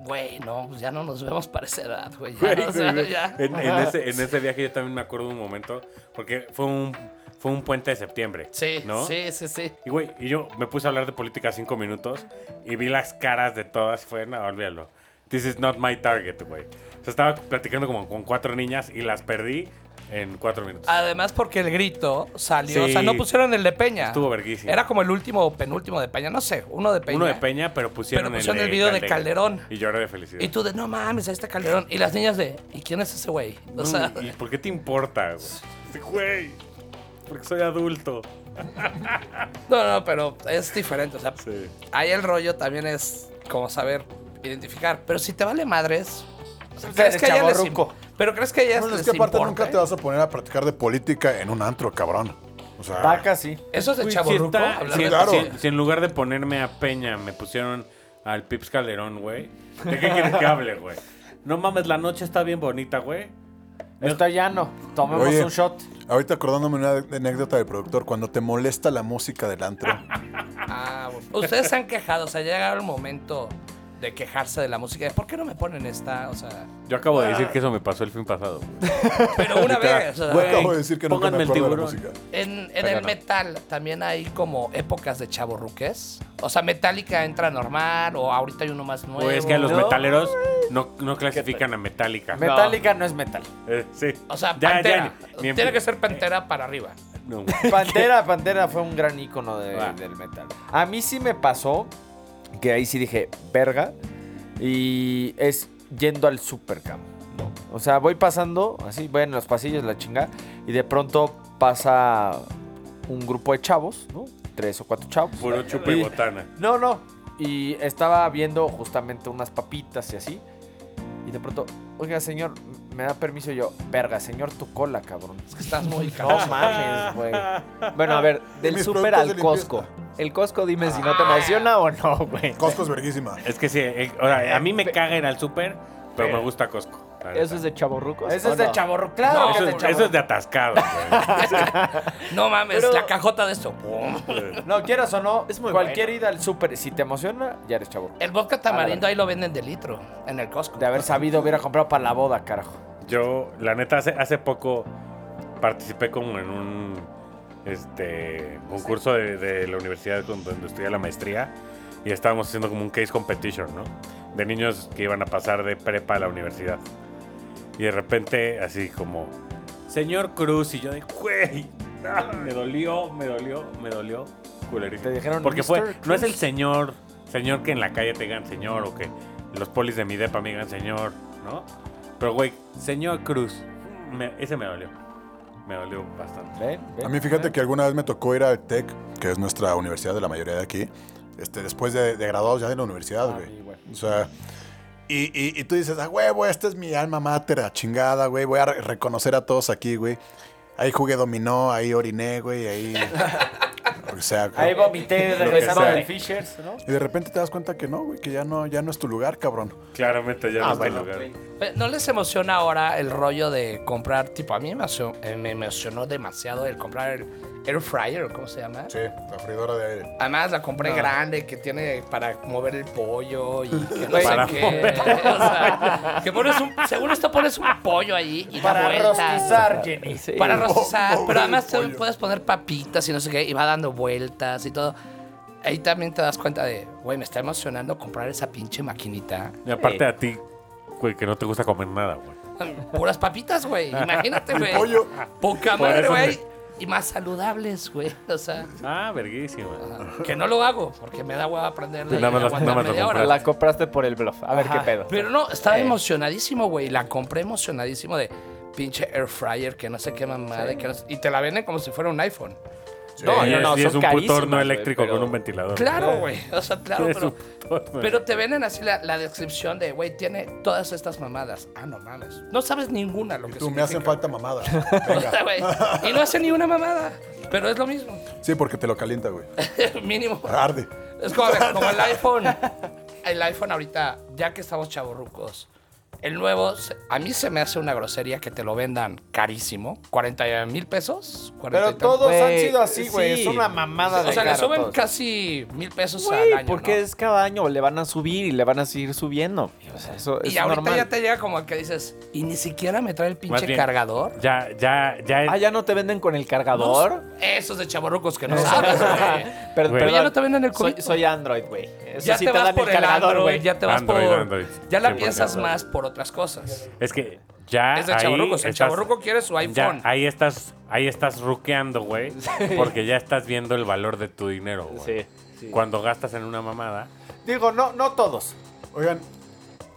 Speaker 5: güey, no, pues ya no nos vemos para esa edad, güey.
Speaker 2: *laughs*
Speaker 5: ya,
Speaker 2: Güey,
Speaker 5: o sea,
Speaker 2: güey,
Speaker 5: ya.
Speaker 2: En, en ese, en ese viaje yo también me acuerdo de un momento, porque fue un, fue un puente de septiembre.
Speaker 5: Sí,
Speaker 2: ¿no?
Speaker 5: sí, sí, sí.
Speaker 2: Y güey, y yo me puse a hablar de política cinco minutos y vi las caras de todas y fue, no, olvídalo. This is not my target, güey. O sea, estaba platicando como con cuatro niñas y las perdí en cuatro minutos.
Speaker 5: Además porque el grito salió, o sea,
Speaker 2: Sí.
Speaker 5: no pusieron el de Peña.
Speaker 2: Estuvo verguísima.
Speaker 5: Era como el último o penúltimo de Peña, no sé, uno de Peña.
Speaker 2: Uno de Peña, pero pusieron,
Speaker 5: Pero pusieron el video de Calderón.
Speaker 2: Y lloré de felicidad.
Speaker 5: Y tú de, no mames, ahí está Calderón. Y las niñas de, ¿y quién es ese güey? O
Speaker 2: No,
Speaker 5: sea,
Speaker 2: ¿Y por qué te importa, güey? Sí, Güey, porque soy adulto.
Speaker 5: No, no, pero es diferente. O sea,
Speaker 2: Sí.
Speaker 5: ahí el rollo también es como saber identificar. Pero si te vale madres. o sea,
Speaker 7: Eres
Speaker 5: ¿crees que a ellas les
Speaker 7: chavorruco.
Speaker 5: imp- Pero crees que ellas
Speaker 4: No, es
Speaker 5: les
Speaker 4: que aparte
Speaker 5: importa,
Speaker 4: nunca
Speaker 5: eh?
Speaker 4: te vas a poner a platicar de política en un antro, cabrón. O sea,
Speaker 7: Vaca, Ah. sí.
Speaker 5: Eso es de
Speaker 2: Güey, si
Speaker 5: chavorruco.
Speaker 2: está-
Speaker 5: hablar
Speaker 2: si,
Speaker 5: de-
Speaker 4: claro.
Speaker 2: si- si en lugar de ponerme a Peña me pusieron al Pips Calderón, güey. ¿De qué quieres que hable, güey? No mames, la noche está bien bonita, güey.
Speaker 7: Está llano. Tomemos
Speaker 4: Oye.
Speaker 7: un shot.
Speaker 4: ahorita acordándome una de- anécdota del productor, cuando te molesta la música del antro.
Speaker 5: Ah, bueno. Ustedes se han quejado. O sea, llega el momento de quejarse de la música. de, ¿Por qué no me ponen esta? O sea,
Speaker 2: Yo acabo de decir que eso me pasó el fin pasado.
Speaker 5: pero una
Speaker 2: Literal.
Speaker 5: vez. o sea,
Speaker 2: Güey,
Speaker 4: Acabo de decir que nunca
Speaker 2: pónganme
Speaker 4: me
Speaker 2: el
Speaker 4: acuerdo de la
Speaker 2: tiburón.
Speaker 4: música.
Speaker 5: En, en el metal también hay como épocas de chavorruques. O sea, Metallica entra normal o ahorita hay uno más nuevo.
Speaker 2: Güey, es que a los
Speaker 7: No.
Speaker 2: metaleros no, no clasifican a Metallica.
Speaker 7: Metallica no es metal.
Speaker 2: Eh, sí.
Speaker 5: O sea,
Speaker 2: Ya,
Speaker 5: Pantera.
Speaker 2: ya, ni- ni-
Speaker 5: Tiene que ser Pantera para arriba.
Speaker 2: No, güey.
Speaker 7: Pantera, Pantera fue un gran ícono de-
Speaker 2: Ah.
Speaker 7: del metal. A mí sí me pasó que ahí sí dije, verga, y es yendo al supercam. ¿no? O sea, voy pasando, así, voy en los pasillos, la chinga, y de pronto pasa un grupo de chavos, ¿no? Tres o cuatro chavos.
Speaker 2: Puro chupe y
Speaker 7: Y-
Speaker 5: *laughs*
Speaker 2: botana.
Speaker 7: No, no. Y estaba viendo justamente unas papitas y así. Y de pronto, oiga, señor, ¿me da permiso? Y yo, verga, señor, tu cola, cabrón.
Speaker 5: Es que estás muy cabrón.
Speaker 7: No mames, güey.
Speaker 6: Bueno, a ver, del
Speaker 4: Mis
Speaker 6: súper
Speaker 4: productos de
Speaker 6: al Costco. El Costco, dime si
Speaker 7: Ah.
Speaker 6: no te emociona o no, güey.
Speaker 4: Costco es verguísima.
Speaker 2: Es que sí, eh, o sea, a mí me caga ir al súper, pero me gusta Costco. la
Speaker 6: ¿Eso es
Speaker 2: neta.
Speaker 6: de chaborrucos?
Speaker 7: Ese
Speaker 6: ¿o
Speaker 7: es de
Speaker 6: no?
Speaker 7: chaborro. Claro
Speaker 5: No,
Speaker 7: que es de
Speaker 2: Eso es-
Speaker 7: chavorruco.
Speaker 2: eso es de atascado, güey. *laughs*
Speaker 5: No mames,
Speaker 7: Pero-
Speaker 5: la cajota de esto. ¡Pum!
Speaker 7: No, quieras o no,
Speaker 6: Es muy
Speaker 7: cualquier ida al súper, si te emociona, ya eres chaborro.
Speaker 5: El vodka tamarindo ahí lo venden de litro en el Costco.
Speaker 7: De haber sabido, hubiera comprado para la boda, carajo.
Speaker 2: Yo, la neta, hace, hace poco participé como en un este concurso de, de la universidad con- donde estudié la maestría y estábamos haciendo como un case competition, ¿no? De niños que iban a pasar de prepa a la universidad. Y de repente, así como, señor Cruz, y yo de, güey, ah, *laughs* me dolió, me dolió, me dolió. Culerísimo.
Speaker 7: Te dijeron,
Speaker 2: Porque fue,
Speaker 7: "Mr.
Speaker 2: no es el
Speaker 7: Cruz".
Speaker 2: señor, señor que en la calle te digan señor o que los polis de mi depa me digan señor, ¿no? Pero, güey, señor Cruz, me- ese me dolió. Me dolió bastante.
Speaker 7: Ven, ven.
Speaker 4: A mí fíjate que alguna vez me tocó ir al TEC, que es nuestra universidad de la mayoría de aquí, este, después de, de graduados ya de la universidad,
Speaker 7: Ah,
Speaker 4: güey.
Speaker 7: mi güey.
Speaker 4: O sea, y, y- y tú dices, ah, huevo, esta es mi alma mater, la chingada, güey, voy a re- reconocer a todos aquí, güey. Ahí jugué dominó, ahí oriné, güey, ahí... o sea,
Speaker 7: Ahí
Speaker 4: güey.
Speaker 7: vomité
Speaker 4: que
Speaker 7: regresando
Speaker 4: sea.
Speaker 7: del Fishers, ¿no?
Speaker 4: y de repente te das cuenta que no, güey, que ya no, ya no es tu lugar, cabrón.
Speaker 2: Claramente ya no está
Speaker 4: bueno,
Speaker 2: lugar.
Speaker 5: Pero, ¿No les emociona ahora el rollo de comprar? Tipo, a mí me emocionó, me emocionó demasiado el comprar el air fryer, ¿cómo se llama?
Speaker 4: Sí, la freidora de aire.
Speaker 5: Además la compré grande que tiene para mover el pollo y que no
Speaker 2: Para
Speaker 5: sé qué. *laughs* O sea, que pones un, según esto pones un pollo ahí y da
Speaker 7: Para
Speaker 5: vueltas.
Speaker 7: rostizar, Jenny.
Speaker 6: Sí. *laughs*
Speaker 5: Para rostizar,
Speaker 4: mover
Speaker 5: pero
Speaker 4: el
Speaker 5: además te
Speaker 4: pollo.
Speaker 5: puedes poner papitas y no sé qué y va dando vueltas y todo. Ahí también te das cuenta de, güey, me está emocionando comprar esa pinche maquinita.
Speaker 2: Y aparte a ti, güey, que no te gusta comer nada, güey.
Speaker 5: Puras papitas, güey. Imagínate, güey.
Speaker 4: pollo.
Speaker 5: Poca
Speaker 2: Por
Speaker 5: madre,
Speaker 2: eso me-
Speaker 5: güey. Y más saludables, güey. O sea,
Speaker 2: Ah, verguísima.
Speaker 5: que no lo hago porque me da hueva aprenderle.
Speaker 2: Pues nada más lo- nada más lo compraste.
Speaker 6: La compraste por el bluff. A ver qué pedo.
Speaker 5: Pero no, estaba emocionadísimo, güey. La compré emocionadísimo de pinche air fryer que no sé qué mamada. que no sé- y te la venden como si fuera un iPhone.
Speaker 6: No,
Speaker 2: Y
Speaker 6: no,
Speaker 2: es-
Speaker 6: no,
Speaker 2: y es
Speaker 6: son
Speaker 2: un puto
Speaker 6: carísimas,
Speaker 2: horno
Speaker 6: güey,
Speaker 2: eléctrico
Speaker 6: pero-
Speaker 2: con un ventilador.
Speaker 5: Claro, güey. O sea,
Speaker 2: *laughs*
Speaker 5: claro,
Speaker 2: Es
Speaker 5: pero,
Speaker 2: un torno.
Speaker 5: pero te venden así la, la descripción de, güey, tiene todas estas mamadas. Ah, no mames. No sabes ninguna lo
Speaker 4: Y
Speaker 5: que
Speaker 4: tú me hacen falta
Speaker 5: significa. *laughs*
Speaker 4: mamada.
Speaker 5: O
Speaker 4: Venga.
Speaker 5: sea, güey, y no hace ni una mamada. Pero es lo mismo. *laughs*
Speaker 4: Sí, porque te lo calienta, güey.
Speaker 5: Mínimo.
Speaker 4: Arde.
Speaker 5: Es como, a ver, como el iPhone. El iPhone ahorita, ya que estamos chavorrucos, el nuevo, se- a mí se me hace una grosería que te lo vendan carísimo. 40 mil pesos. 40 y
Speaker 7: Pero
Speaker 5: tantos.
Speaker 7: todos han
Speaker 6: Güey,
Speaker 7: sido así, güey.
Speaker 6: sí.
Speaker 7: Es una mamada de
Speaker 5: O sea, le
Speaker 7: caro
Speaker 5: suben
Speaker 7: todos.
Speaker 5: casi mil pesos
Speaker 6: Güey,
Speaker 5: al año.
Speaker 6: porque
Speaker 5: ¿no?
Speaker 6: es cada año, le van a subir y le van a seguir subiendo. O sea, eso
Speaker 5: Y
Speaker 6: es
Speaker 5: ahorita
Speaker 6: normal.
Speaker 5: ya te llega como que dices, y ni siquiera me trae el
Speaker 2: Más
Speaker 5: pinche
Speaker 2: bien,
Speaker 5: cargador.
Speaker 2: Ya, ya, ya.
Speaker 6: Ah, ya no te venden con el cargador.
Speaker 5: Esos de chavorrucos que no sabes, güey.
Speaker 6: Pero,
Speaker 2: Güey. Pero
Speaker 5: ya no te venden el
Speaker 6: soy,
Speaker 5: cubito.
Speaker 6: soy Android, güey. *laughs* Eso
Speaker 5: Ya
Speaker 6: sí
Speaker 5: te vas
Speaker 6: dan
Speaker 5: por
Speaker 6: el
Speaker 5: el
Speaker 6: cargador,
Speaker 5: Android,
Speaker 6: güey.
Speaker 5: ya te vas
Speaker 2: Android,
Speaker 5: por...
Speaker 2: Android.
Speaker 5: Ya la
Speaker 2: Sí,
Speaker 5: piensas
Speaker 2: Android.
Speaker 5: más por otras cosas.
Speaker 2: Es que ya.
Speaker 5: Es de
Speaker 2: ahí
Speaker 5: chavorrucos, el
Speaker 2: estás-
Speaker 5: chavorruco quiere su
Speaker 2: ya
Speaker 5: iPhone.
Speaker 2: ahí estás, ahí estás ruqueando,
Speaker 5: *laughs*
Speaker 2: güey. Porque ya estás viendo el valor de tu dinero, güey.
Speaker 6: Sí.
Speaker 2: Cuando gastas en una mamada.
Speaker 7: Digo, no, no todos.
Speaker 4: Oigan,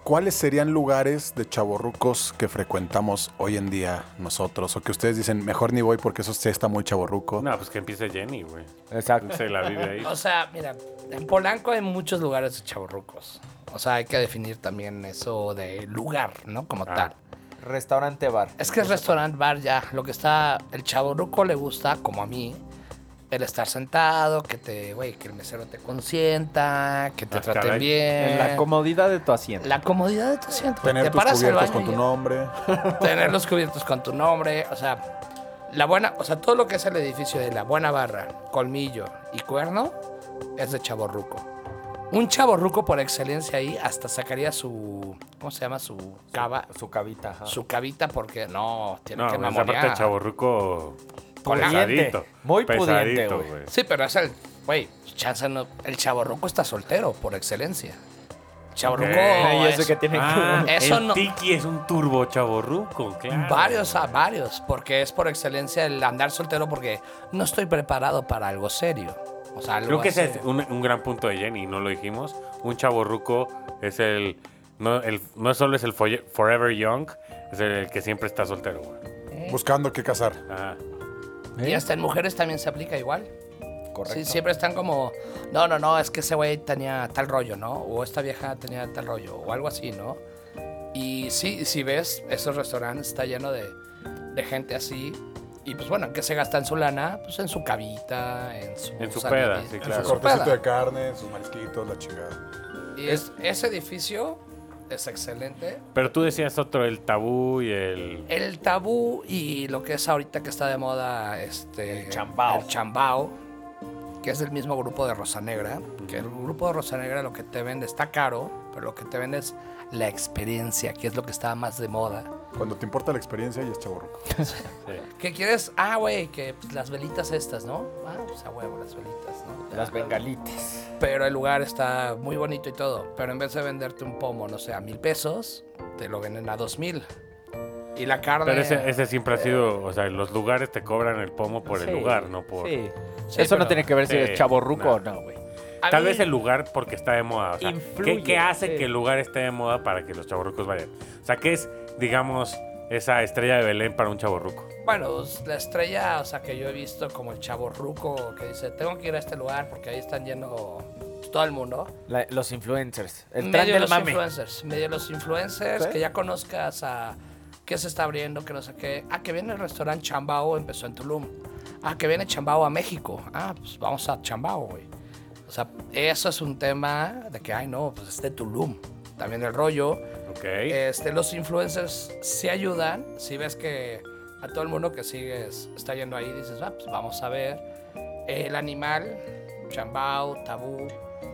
Speaker 4: ¿cuáles serían lugares de chavorrucos que frecuentamos hoy en día nosotros? O que ustedes dicen, mejor ni voy porque eso sí está muy chavorruco.
Speaker 2: No, pues que empiece Jenny, güey.
Speaker 7: Exacto.
Speaker 2: Se la vive ahí.
Speaker 5: O sea, mira, en Polanco hay muchos lugares de chavorrucos. O sea, hay que definir también eso de lugar, ¿no? Como
Speaker 2: Ah.
Speaker 5: tal.
Speaker 7: Restaurante bar.
Speaker 5: Es que el restaurante bar ya, lo que está, el chavorruco le gusta, como a mí, el estar sentado, que te, güey, que el mesero te consienta, que te
Speaker 2: Ah,
Speaker 5: traten
Speaker 2: caray.
Speaker 5: bien.
Speaker 6: En la comodidad de tu asiento.
Speaker 5: La comodidad de tu asiento.
Speaker 4: Tener
Speaker 5: te
Speaker 4: tus
Speaker 5: paras al
Speaker 4: cubiertos
Speaker 5: baño
Speaker 4: con
Speaker 5: y
Speaker 4: tu
Speaker 5: ya.
Speaker 4: nombre.
Speaker 5: Tener los cubiertos con tu nombre, o sea, la buena, o sea, todo lo que es el edificio de la buena barra, colmillo y cuerno es de chaborruco. Un chaborruco por excelencia ahí hasta sacaría su. ¿Cómo se llama? Su cava.
Speaker 7: Su cabita, ajá.
Speaker 5: Su cavita porque no, tiene
Speaker 2: No,
Speaker 5: que
Speaker 2: esa aparte el
Speaker 5: mamonear.
Speaker 2: chaborruco
Speaker 7: Pudiente,
Speaker 2: pesadito.
Speaker 7: muy pudiente,
Speaker 2: pesadito,
Speaker 7: güey.
Speaker 2: güey.
Speaker 5: Sí, pero es el. Güey, chance no. El chaborruco está soltero por excelencia. Chaborruco.
Speaker 2: Ok.
Speaker 5: es-
Speaker 2: Ah,
Speaker 5: Eso
Speaker 2: el
Speaker 5: no-
Speaker 2: Tiki es un turbo chaborruco, claro.
Speaker 5: Varios a varios, porque es por excelencia el andar soltero porque no estoy preparado para algo serio. O sea, algo
Speaker 2: Creo que ese
Speaker 5: así.
Speaker 2: es un, un gran punto de Jenny, no lo dijimos. Un chaborruco es el. No, el, no solo es el folle- Forever Young, es el, que siempre está soltero, güey. Ah.
Speaker 4: Buscando qué cazar.
Speaker 2: Ajá.
Speaker 5: Y hasta en mujeres también se aplica igual.
Speaker 7: Correcto.
Speaker 5: Sí, siempre están como, no, no, no, es que ese güey tenía tal rollo, ¿no? O esta vieja tenía tal rollo, o algo así, ¿no? Y sí, si ves, esos restaurantes está lleno de, de gente así. Y pues bueno, ¿en qué se gastan su lana? Pues en su cavita, en su...
Speaker 2: En su
Speaker 5: salida-
Speaker 2: peda, sí,
Speaker 5: en
Speaker 2: claro.
Speaker 5: su
Speaker 4: Cortecito
Speaker 5: peda.
Speaker 4: de carne, sus marisquitos, la chingada.
Speaker 5: Y es, ese edificio es excelente.
Speaker 2: Pero tú decías otro, el tabú y el.
Speaker 5: El tabú y lo que es ahorita que está de moda, este. El
Speaker 7: chambao.
Speaker 5: El chambao, que es del mismo grupo de Rosa Negra. Que el grupo de Rosa Negra lo que te vende está caro, pero lo que te vende es la experiencia, que es lo que está más de moda.
Speaker 4: Cuando te importa la experiencia y es chaborruco.
Speaker 5: ¿Qué quieres? Ah, güey, que pues, las velitas estas, ¿no? Ah, pues a huevo, las velitas, ¿no?
Speaker 7: Las bengalitas.
Speaker 5: Pero el lugar está muy bonito y todo. Pero en vez de venderte un pomo, no sé, a mil pesos, te lo venden a dos mil. Y la carne.
Speaker 2: Pero ese, ese siempre ha sido. O sea, los lugares te cobran el pomo por
Speaker 6: Sí,
Speaker 2: el lugar, no por.
Speaker 6: Sí.
Speaker 5: Sí,
Speaker 6: Eso
Speaker 5: pero-
Speaker 6: no tiene que ver si
Speaker 2: sí,
Speaker 6: eres chaborruco
Speaker 2: no.
Speaker 6: o no, güey.
Speaker 5: A
Speaker 2: Tal
Speaker 5: mí-
Speaker 2: vez el lugar porque está de moda. O sea,
Speaker 6: Influye,
Speaker 2: ¿qué, qué hace
Speaker 6: sí.
Speaker 2: que el lugar esté de moda para que los chaborrucos vayan? O sea, ¿qué es, digamos, esa estrella de Belén para un chaborruco?
Speaker 5: Bueno, pues, la estrella, o sea, que yo he visto como el chavo ruco que dice, tengo que ir a este lugar porque ahí están lleno todo el mundo.
Speaker 7: La- los influencers. El
Speaker 5: medio
Speaker 7: tren
Speaker 5: de
Speaker 7: del
Speaker 5: los
Speaker 7: mame.
Speaker 5: influencers, medio de los influencers, que ya conozcas a qué se está abriendo, que no sé qué. Ah, que viene el restaurante Chambao, empezó en Tulum. Ah, que viene Chambao a México. Ah, pues vamos a Chambao, güey. O sea, eso es un tema de que, ay, no, pues este Tulum. También el rollo.
Speaker 2: Ok.
Speaker 5: Este, los influencers sí ayudan. Si ves que a todo el mundo que sigues está yendo ahí, dices, ah, pues vamos a ver. El animal, chambao, tabú.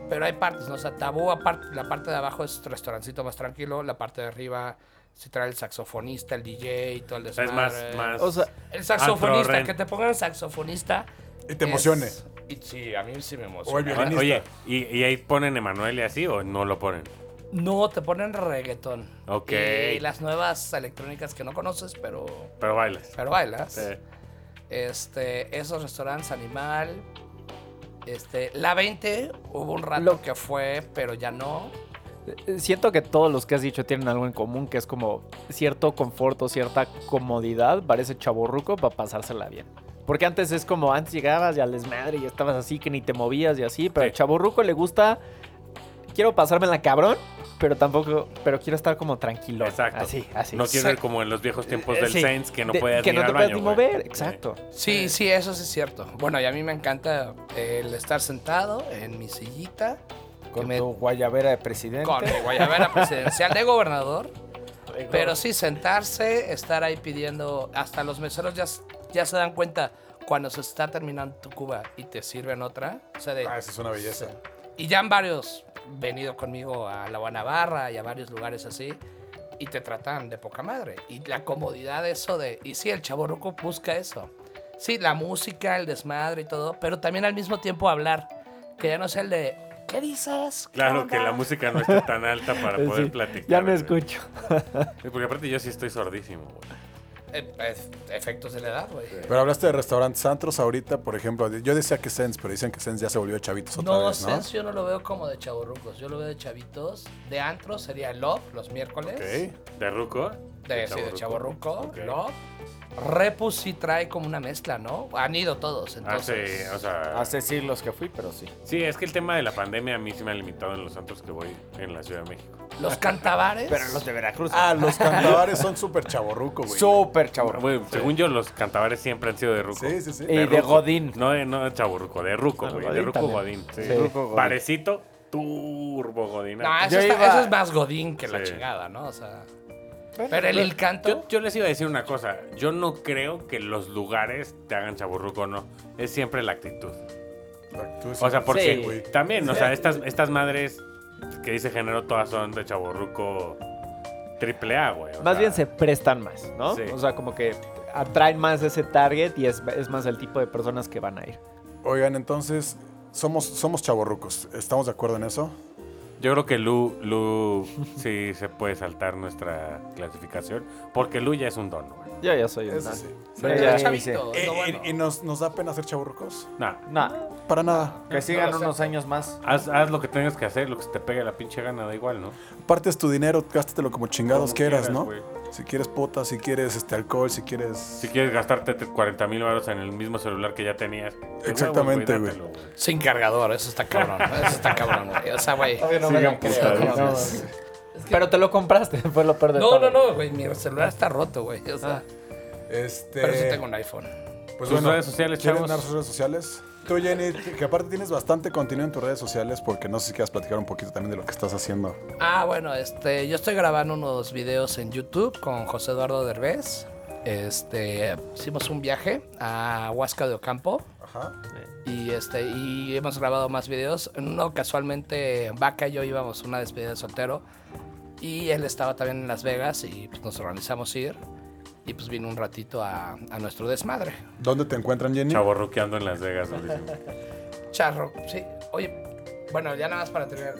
Speaker 5: Pero hay partes, ¿no? O sea, tabú, aparte, la parte de abajo es restaurancito más tranquilo. La parte de arriba se trae el saxofonista, el DJ y todo el
Speaker 2: O sea,
Speaker 5: desmadre.
Speaker 2: es más, más.
Speaker 6: O sea,
Speaker 5: El saxofonista,
Speaker 2: Antro, ren.
Speaker 5: que te pongan saxofonista.
Speaker 4: Y te emocione.
Speaker 5: es- y sí, a mí sí me
Speaker 4: O el
Speaker 5: emociona.
Speaker 4: violinista.
Speaker 2: Oye, ¿y, y ahí ponen Emanuel y así o no lo ponen?
Speaker 5: No, te ponen reggaetón.
Speaker 2: Ok.
Speaker 5: Y las nuevas electrónicas que no conoces, pero,
Speaker 2: Pero bailas. Eh,
Speaker 5: pero bailas.
Speaker 2: Sí.
Speaker 5: Este, esos restaurantes animal. Este, la 20 hubo un rato
Speaker 6: Lo-
Speaker 5: que fue, pero ya no.
Speaker 6: Eh, siento que todos los que has dicho tienen algo en común, que es como cierto confort o cierta comodidad, parece chaborruco para pasársela bien. Porque antes es como, antes llegabas y al desmadre y estabas así que ni te movías y así, pero
Speaker 2: Sí.
Speaker 6: al chaborruco le gusta, quiero pasármela cabrón, pero tampoco, pero quiero estar como tranquilo.
Speaker 2: Exacto.
Speaker 6: Así, así.
Speaker 2: No quiero
Speaker 5: Sí.
Speaker 2: ir como en los viejos tiempos del
Speaker 6: Eh, Sí.
Speaker 2: Saints que no
Speaker 6: De-
Speaker 2: podías
Speaker 6: que
Speaker 2: ni
Speaker 6: no
Speaker 2: ir
Speaker 6: te
Speaker 2: al
Speaker 6: puedas
Speaker 2: baño,
Speaker 6: ni
Speaker 2: güey.
Speaker 6: mover,
Speaker 2: Sí.
Speaker 6: exacto.
Speaker 5: Sí, sí, eso sí es cierto. Bueno, y a mí me encanta el estar sentado en mi sillita
Speaker 7: Con
Speaker 5: me-
Speaker 7: tu guayabera de presidente.
Speaker 5: con mi guayabera presidencial de gobernador. Pero sí, sentarse, estar ahí pidiendo. Hasta los meseros ya, s- ya se dan cuenta cuando se está terminando tu cuba y te sirven otra. O sea, de,
Speaker 4: Ah, esa es una belleza.
Speaker 5: Y ya han varios venido conmigo a La Guanabarra y a varios lugares así y te tratan de poca madre. Y la comodidad de eso de... Y sí, el chavo ruco busca eso. Sí, la música, el desmadre y todo, pero también al mismo tiempo hablar. Que ya no es el de... ¿Qué dices? ¿Qué
Speaker 2: Claro
Speaker 5: onda?"
Speaker 2: que la música no está tan alta para poder
Speaker 6: *laughs* Sí,
Speaker 2: platicar.
Speaker 6: ya me
Speaker 2: güey.
Speaker 6: escucho.
Speaker 2: Sí, Porque aparte yo sí estoy sordísimo, güey.
Speaker 5: Eh, eh, efectos de la edad, güey.
Speaker 4: Pero hablaste de restaurantes antros ahorita, por ejemplo. Yo decía que Sense, pero dicen que Sense ya se volvió de chavitos otra
Speaker 5: No,
Speaker 4: vez, ¿no?
Speaker 5: Sense yo no lo veo como de chavorrucos, yo lo veo de chavitos. De antro sería Love los miércoles.
Speaker 4: Ok.
Speaker 2: ¿De Ruco?
Speaker 5: De, sí, de Chavo Ruco, ¿no? Repus sí trae como una mezcla, ¿no? Han ido todos, entonces.
Speaker 2: Hace, Ah, o sea,
Speaker 7: Hace siglos que fui, pero sí.
Speaker 2: sí, es que el tema de la pandemia a mí sí me ha limitado en los antros que voy en la Ciudad de México.
Speaker 5: Los cantabares.
Speaker 7: Pero los de Veracruz.
Speaker 4: Ah, los cantabares son súper chaborruco, güey.
Speaker 7: Súper chaborruco.
Speaker 2: Güey, Según yo, los cantabares siempre han sido de Ruco.
Speaker 4: Sí, sí, sí.
Speaker 7: Y de
Speaker 2: ruco.
Speaker 7: Godín.
Speaker 2: No, de- no de Chaburruco, de Ruco,
Speaker 6: Ah,
Speaker 2: güey.
Speaker 6: Godín
Speaker 2: De Ruco
Speaker 6: también.
Speaker 2: Godín.
Speaker 6: Sí.
Speaker 7: Ruco Godín.
Speaker 2: Parecito, turbo Godín.
Speaker 5: No, eso,
Speaker 7: Yo
Speaker 5: está-
Speaker 7: iba-
Speaker 5: eso es más godín que la
Speaker 2: Sí.
Speaker 5: chingada, ¿no? O sea. Pero el el canto.
Speaker 2: Yo, yo les iba a decir una cosa. Yo no creo que los lugares te hagan chaburruco o no. Es siempre la actitud.
Speaker 4: actúes.
Speaker 2: O sea, porque
Speaker 6: Sí.
Speaker 4: güey.
Speaker 2: también, o sea, estas, estas madres que dice género todas son de chaborruco triple A, güey. o
Speaker 6: Más
Speaker 2: sea,
Speaker 6: bien se prestan más, ¿no?
Speaker 2: Sí.
Speaker 6: O sea, como que atraen más ese target y es, es más el tipo de personas que van a ir.
Speaker 4: Oigan, entonces, somos, somos chavorrucos. ¿Estamos de acuerdo en eso?
Speaker 2: Yo creo que Lu, Lu *laughs* sí se puede saltar nuestra clasificación, porque Lu ya es un don, güey.
Speaker 6: Yo ya soy un
Speaker 4: Eso
Speaker 6: nano.
Speaker 4: sí.
Speaker 7: Pero
Speaker 5: Era
Speaker 7: ya
Speaker 5: chavito,
Speaker 4: Eh,
Speaker 5: es lo
Speaker 4: ¿Y,
Speaker 5: bueno.
Speaker 4: y nos, nos da pena ser chavorrucos?
Speaker 2: Nah,
Speaker 7: No,
Speaker 4: Para nada.
Speaker 7: que sigan unos años más.
Speaker 2: haz, haz lo que tengas que hacer, lo que se te pegue la pinche gana, da igual, ¿no?
Speaker 4: Partes tu dinero, gástatelo como chingados
Speaker 2: Como
Speaker 4: quieras,
Speaker 2: quieras,
Speaker 4: ¿no?
Speaker 2: güey.
Speaker 4: Si quieres potas, si quieres este alcohol, si quieres.
Speaker 2: Si quieres gastarte 40 mil baros en el mismo celular que ya tenías. de huevos,
Speaker 4: Exactamente, güey.
Speaker 2: dátelo, güey.
Speaker 5: Sin cargador, eso está cabrón. Eso está cabrón, güey. O sea, güey.
Speaker 7: no
Speaker 2: me la creo, no
Speaker 6: Pero te lo compraste, *laughs* fue lo peor de
Speaker 5: No,
Speaker 6: todo.
Speaker 5: no, no, güey. Mi celular está roto, güey. O sea,
Speaker 4: Este.
Speaker 5: pero sí tengo un iPhone.
Speaker 4: Pues
Speaker 2: Sus redes sociales,
Speaker 4: ¿quieren
Speaker 2: chavos?
Speaker 4: dar sus redes sociales? Tú, Jenny, que aparte tienes bastante contenido en tus redes sociales porque no sé si quieras platicar un poquito también de lo que estás haciendo.
Speaker 5: Ah, bueno, este, yo estoy grabando unos videos en YouTube con José Eduardo Derbez. Este, hicimos un viaje a Huasca de Ocampo
Speaker 4: Ajá.
Speaker 5: y este y hemos grabado más videos. No casualmente Vaca y yo íbamos a una despedida de soltero y él estaba también en Las Vegas y pues, nos organizamos ir y pues vino un ratito a, a nuestro desmadre.
Speaker 4: ¿Dónde te encuentran, Jenny?
Speaker 2: Chaborruqueando en Las Vegas, durísimo.
Speaker 5: Charro, sí. Oye, bueno, ya nada más para terminar.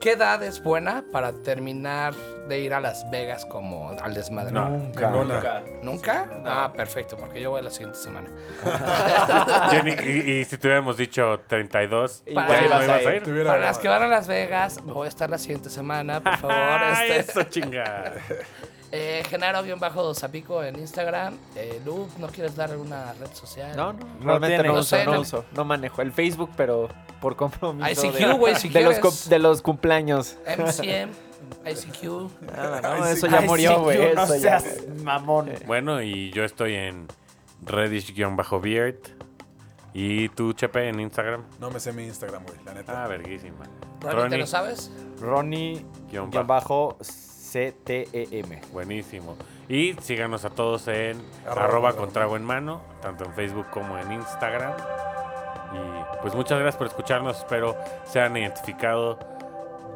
Speaker 5: ¿Qué edad es buena para terminar de ir a Las Vegas como al desmadre?
Speaker 2: No,
Speaker 5: ¿Nunca? Ah, perfecto, porque yo voy la siguiente
Speaker 2: *laughs*
Speaker 5: semana.
Speaker 2: Jenny, y, y si te hubiéramos dicho 32,
Speaker 6: Igual
Speaker 2: ya pues, no
Speaker 5: ibas a
Speaker 2: ibas a
Speaker 6: ir.
Speaker 2: ir.
Speaker 4: Te hubiera-
Speaker 5: Para las que van a Las Vegas, me voy a estar la siguiente semana,
Speaker 2: *laughs*
Speaker 5: por favor.
Speaker 2: Ay,
Speaker 5: este,
Speaker 2: eso chinga.
Speaker 5: eh, Genaro-Zapico en Instagram. Eh, Lu, ¿no quieres dar alguna red social?
Speaker 6: No, no, realmente
Speaker 7: tiene.
Speaker 6: no
Speaker 5: No
Speaker 6: uso,
Speaker 5: sé,
Speaker 6: no,
Speaker 5: no-
Speaker 6: uso. No manejo el Facebook, pero por compromiso.
Speaker 5: ICQ,
Speaker 6: de,
Speaker 5: güey, si
Speaker 6: de los
Speaker 5: quieres.
Speaker 6: cum- de los cumpleaños.
Speaker 5: MCM, ICQ.
Speaker 6: Nada, no,
Speaker 4: ICQ.
Speaker 6: eso ya murió, güey.
Speaker 7: No
Speaker 6: eso ya-
Speaker 7: seas mamón.
Speaker 2: Bueno, y yo estoy en reddish-beard. ¿Y tú, Chepe, en Instagram?
Speaker 4: No me sé mi Instagram, güey, la neta.
Speaker 2: Ah, verguísima.
Speaker 5: Ronnie, ¿te
Speaker 2: Ronnie,
Speaker 5: lo sabes?
Speaker 7: Ronnie
Speaker 2: Guión
Speaker 7: guión bajo E CTEM.
Speaker 2: buenísimo. Y síganos a todos en
Speaker 4: Arroba
Speaker 2: arroba
Speaker 4: con
Speaker 2: con trago en mano, tanto en Facebook como en Instagram. Y pues muchas gracias por escucharnos. Espero se hayan identificado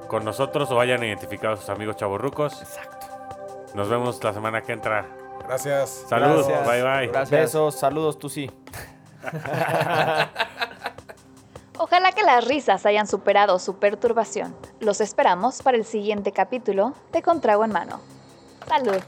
Speaker 2: con nosotros o hayan identificado a sus amigos chavorrucos. Exacto. Nos vemos la semana que entra.
Speaker 4: Gracias.
Speaker 2: Saludos.
Speaker 7: Gracias.
Speaker 2: Ah. Bye, bye.
Speaker 6: Gracias.
Speaker 7: Besos, saludos, tú sí.
Speaker 1: Ojalá que las risas hayan superado su perturbación. Los esperamos para el siguiente capítulo de Contrago en Mano. Salud.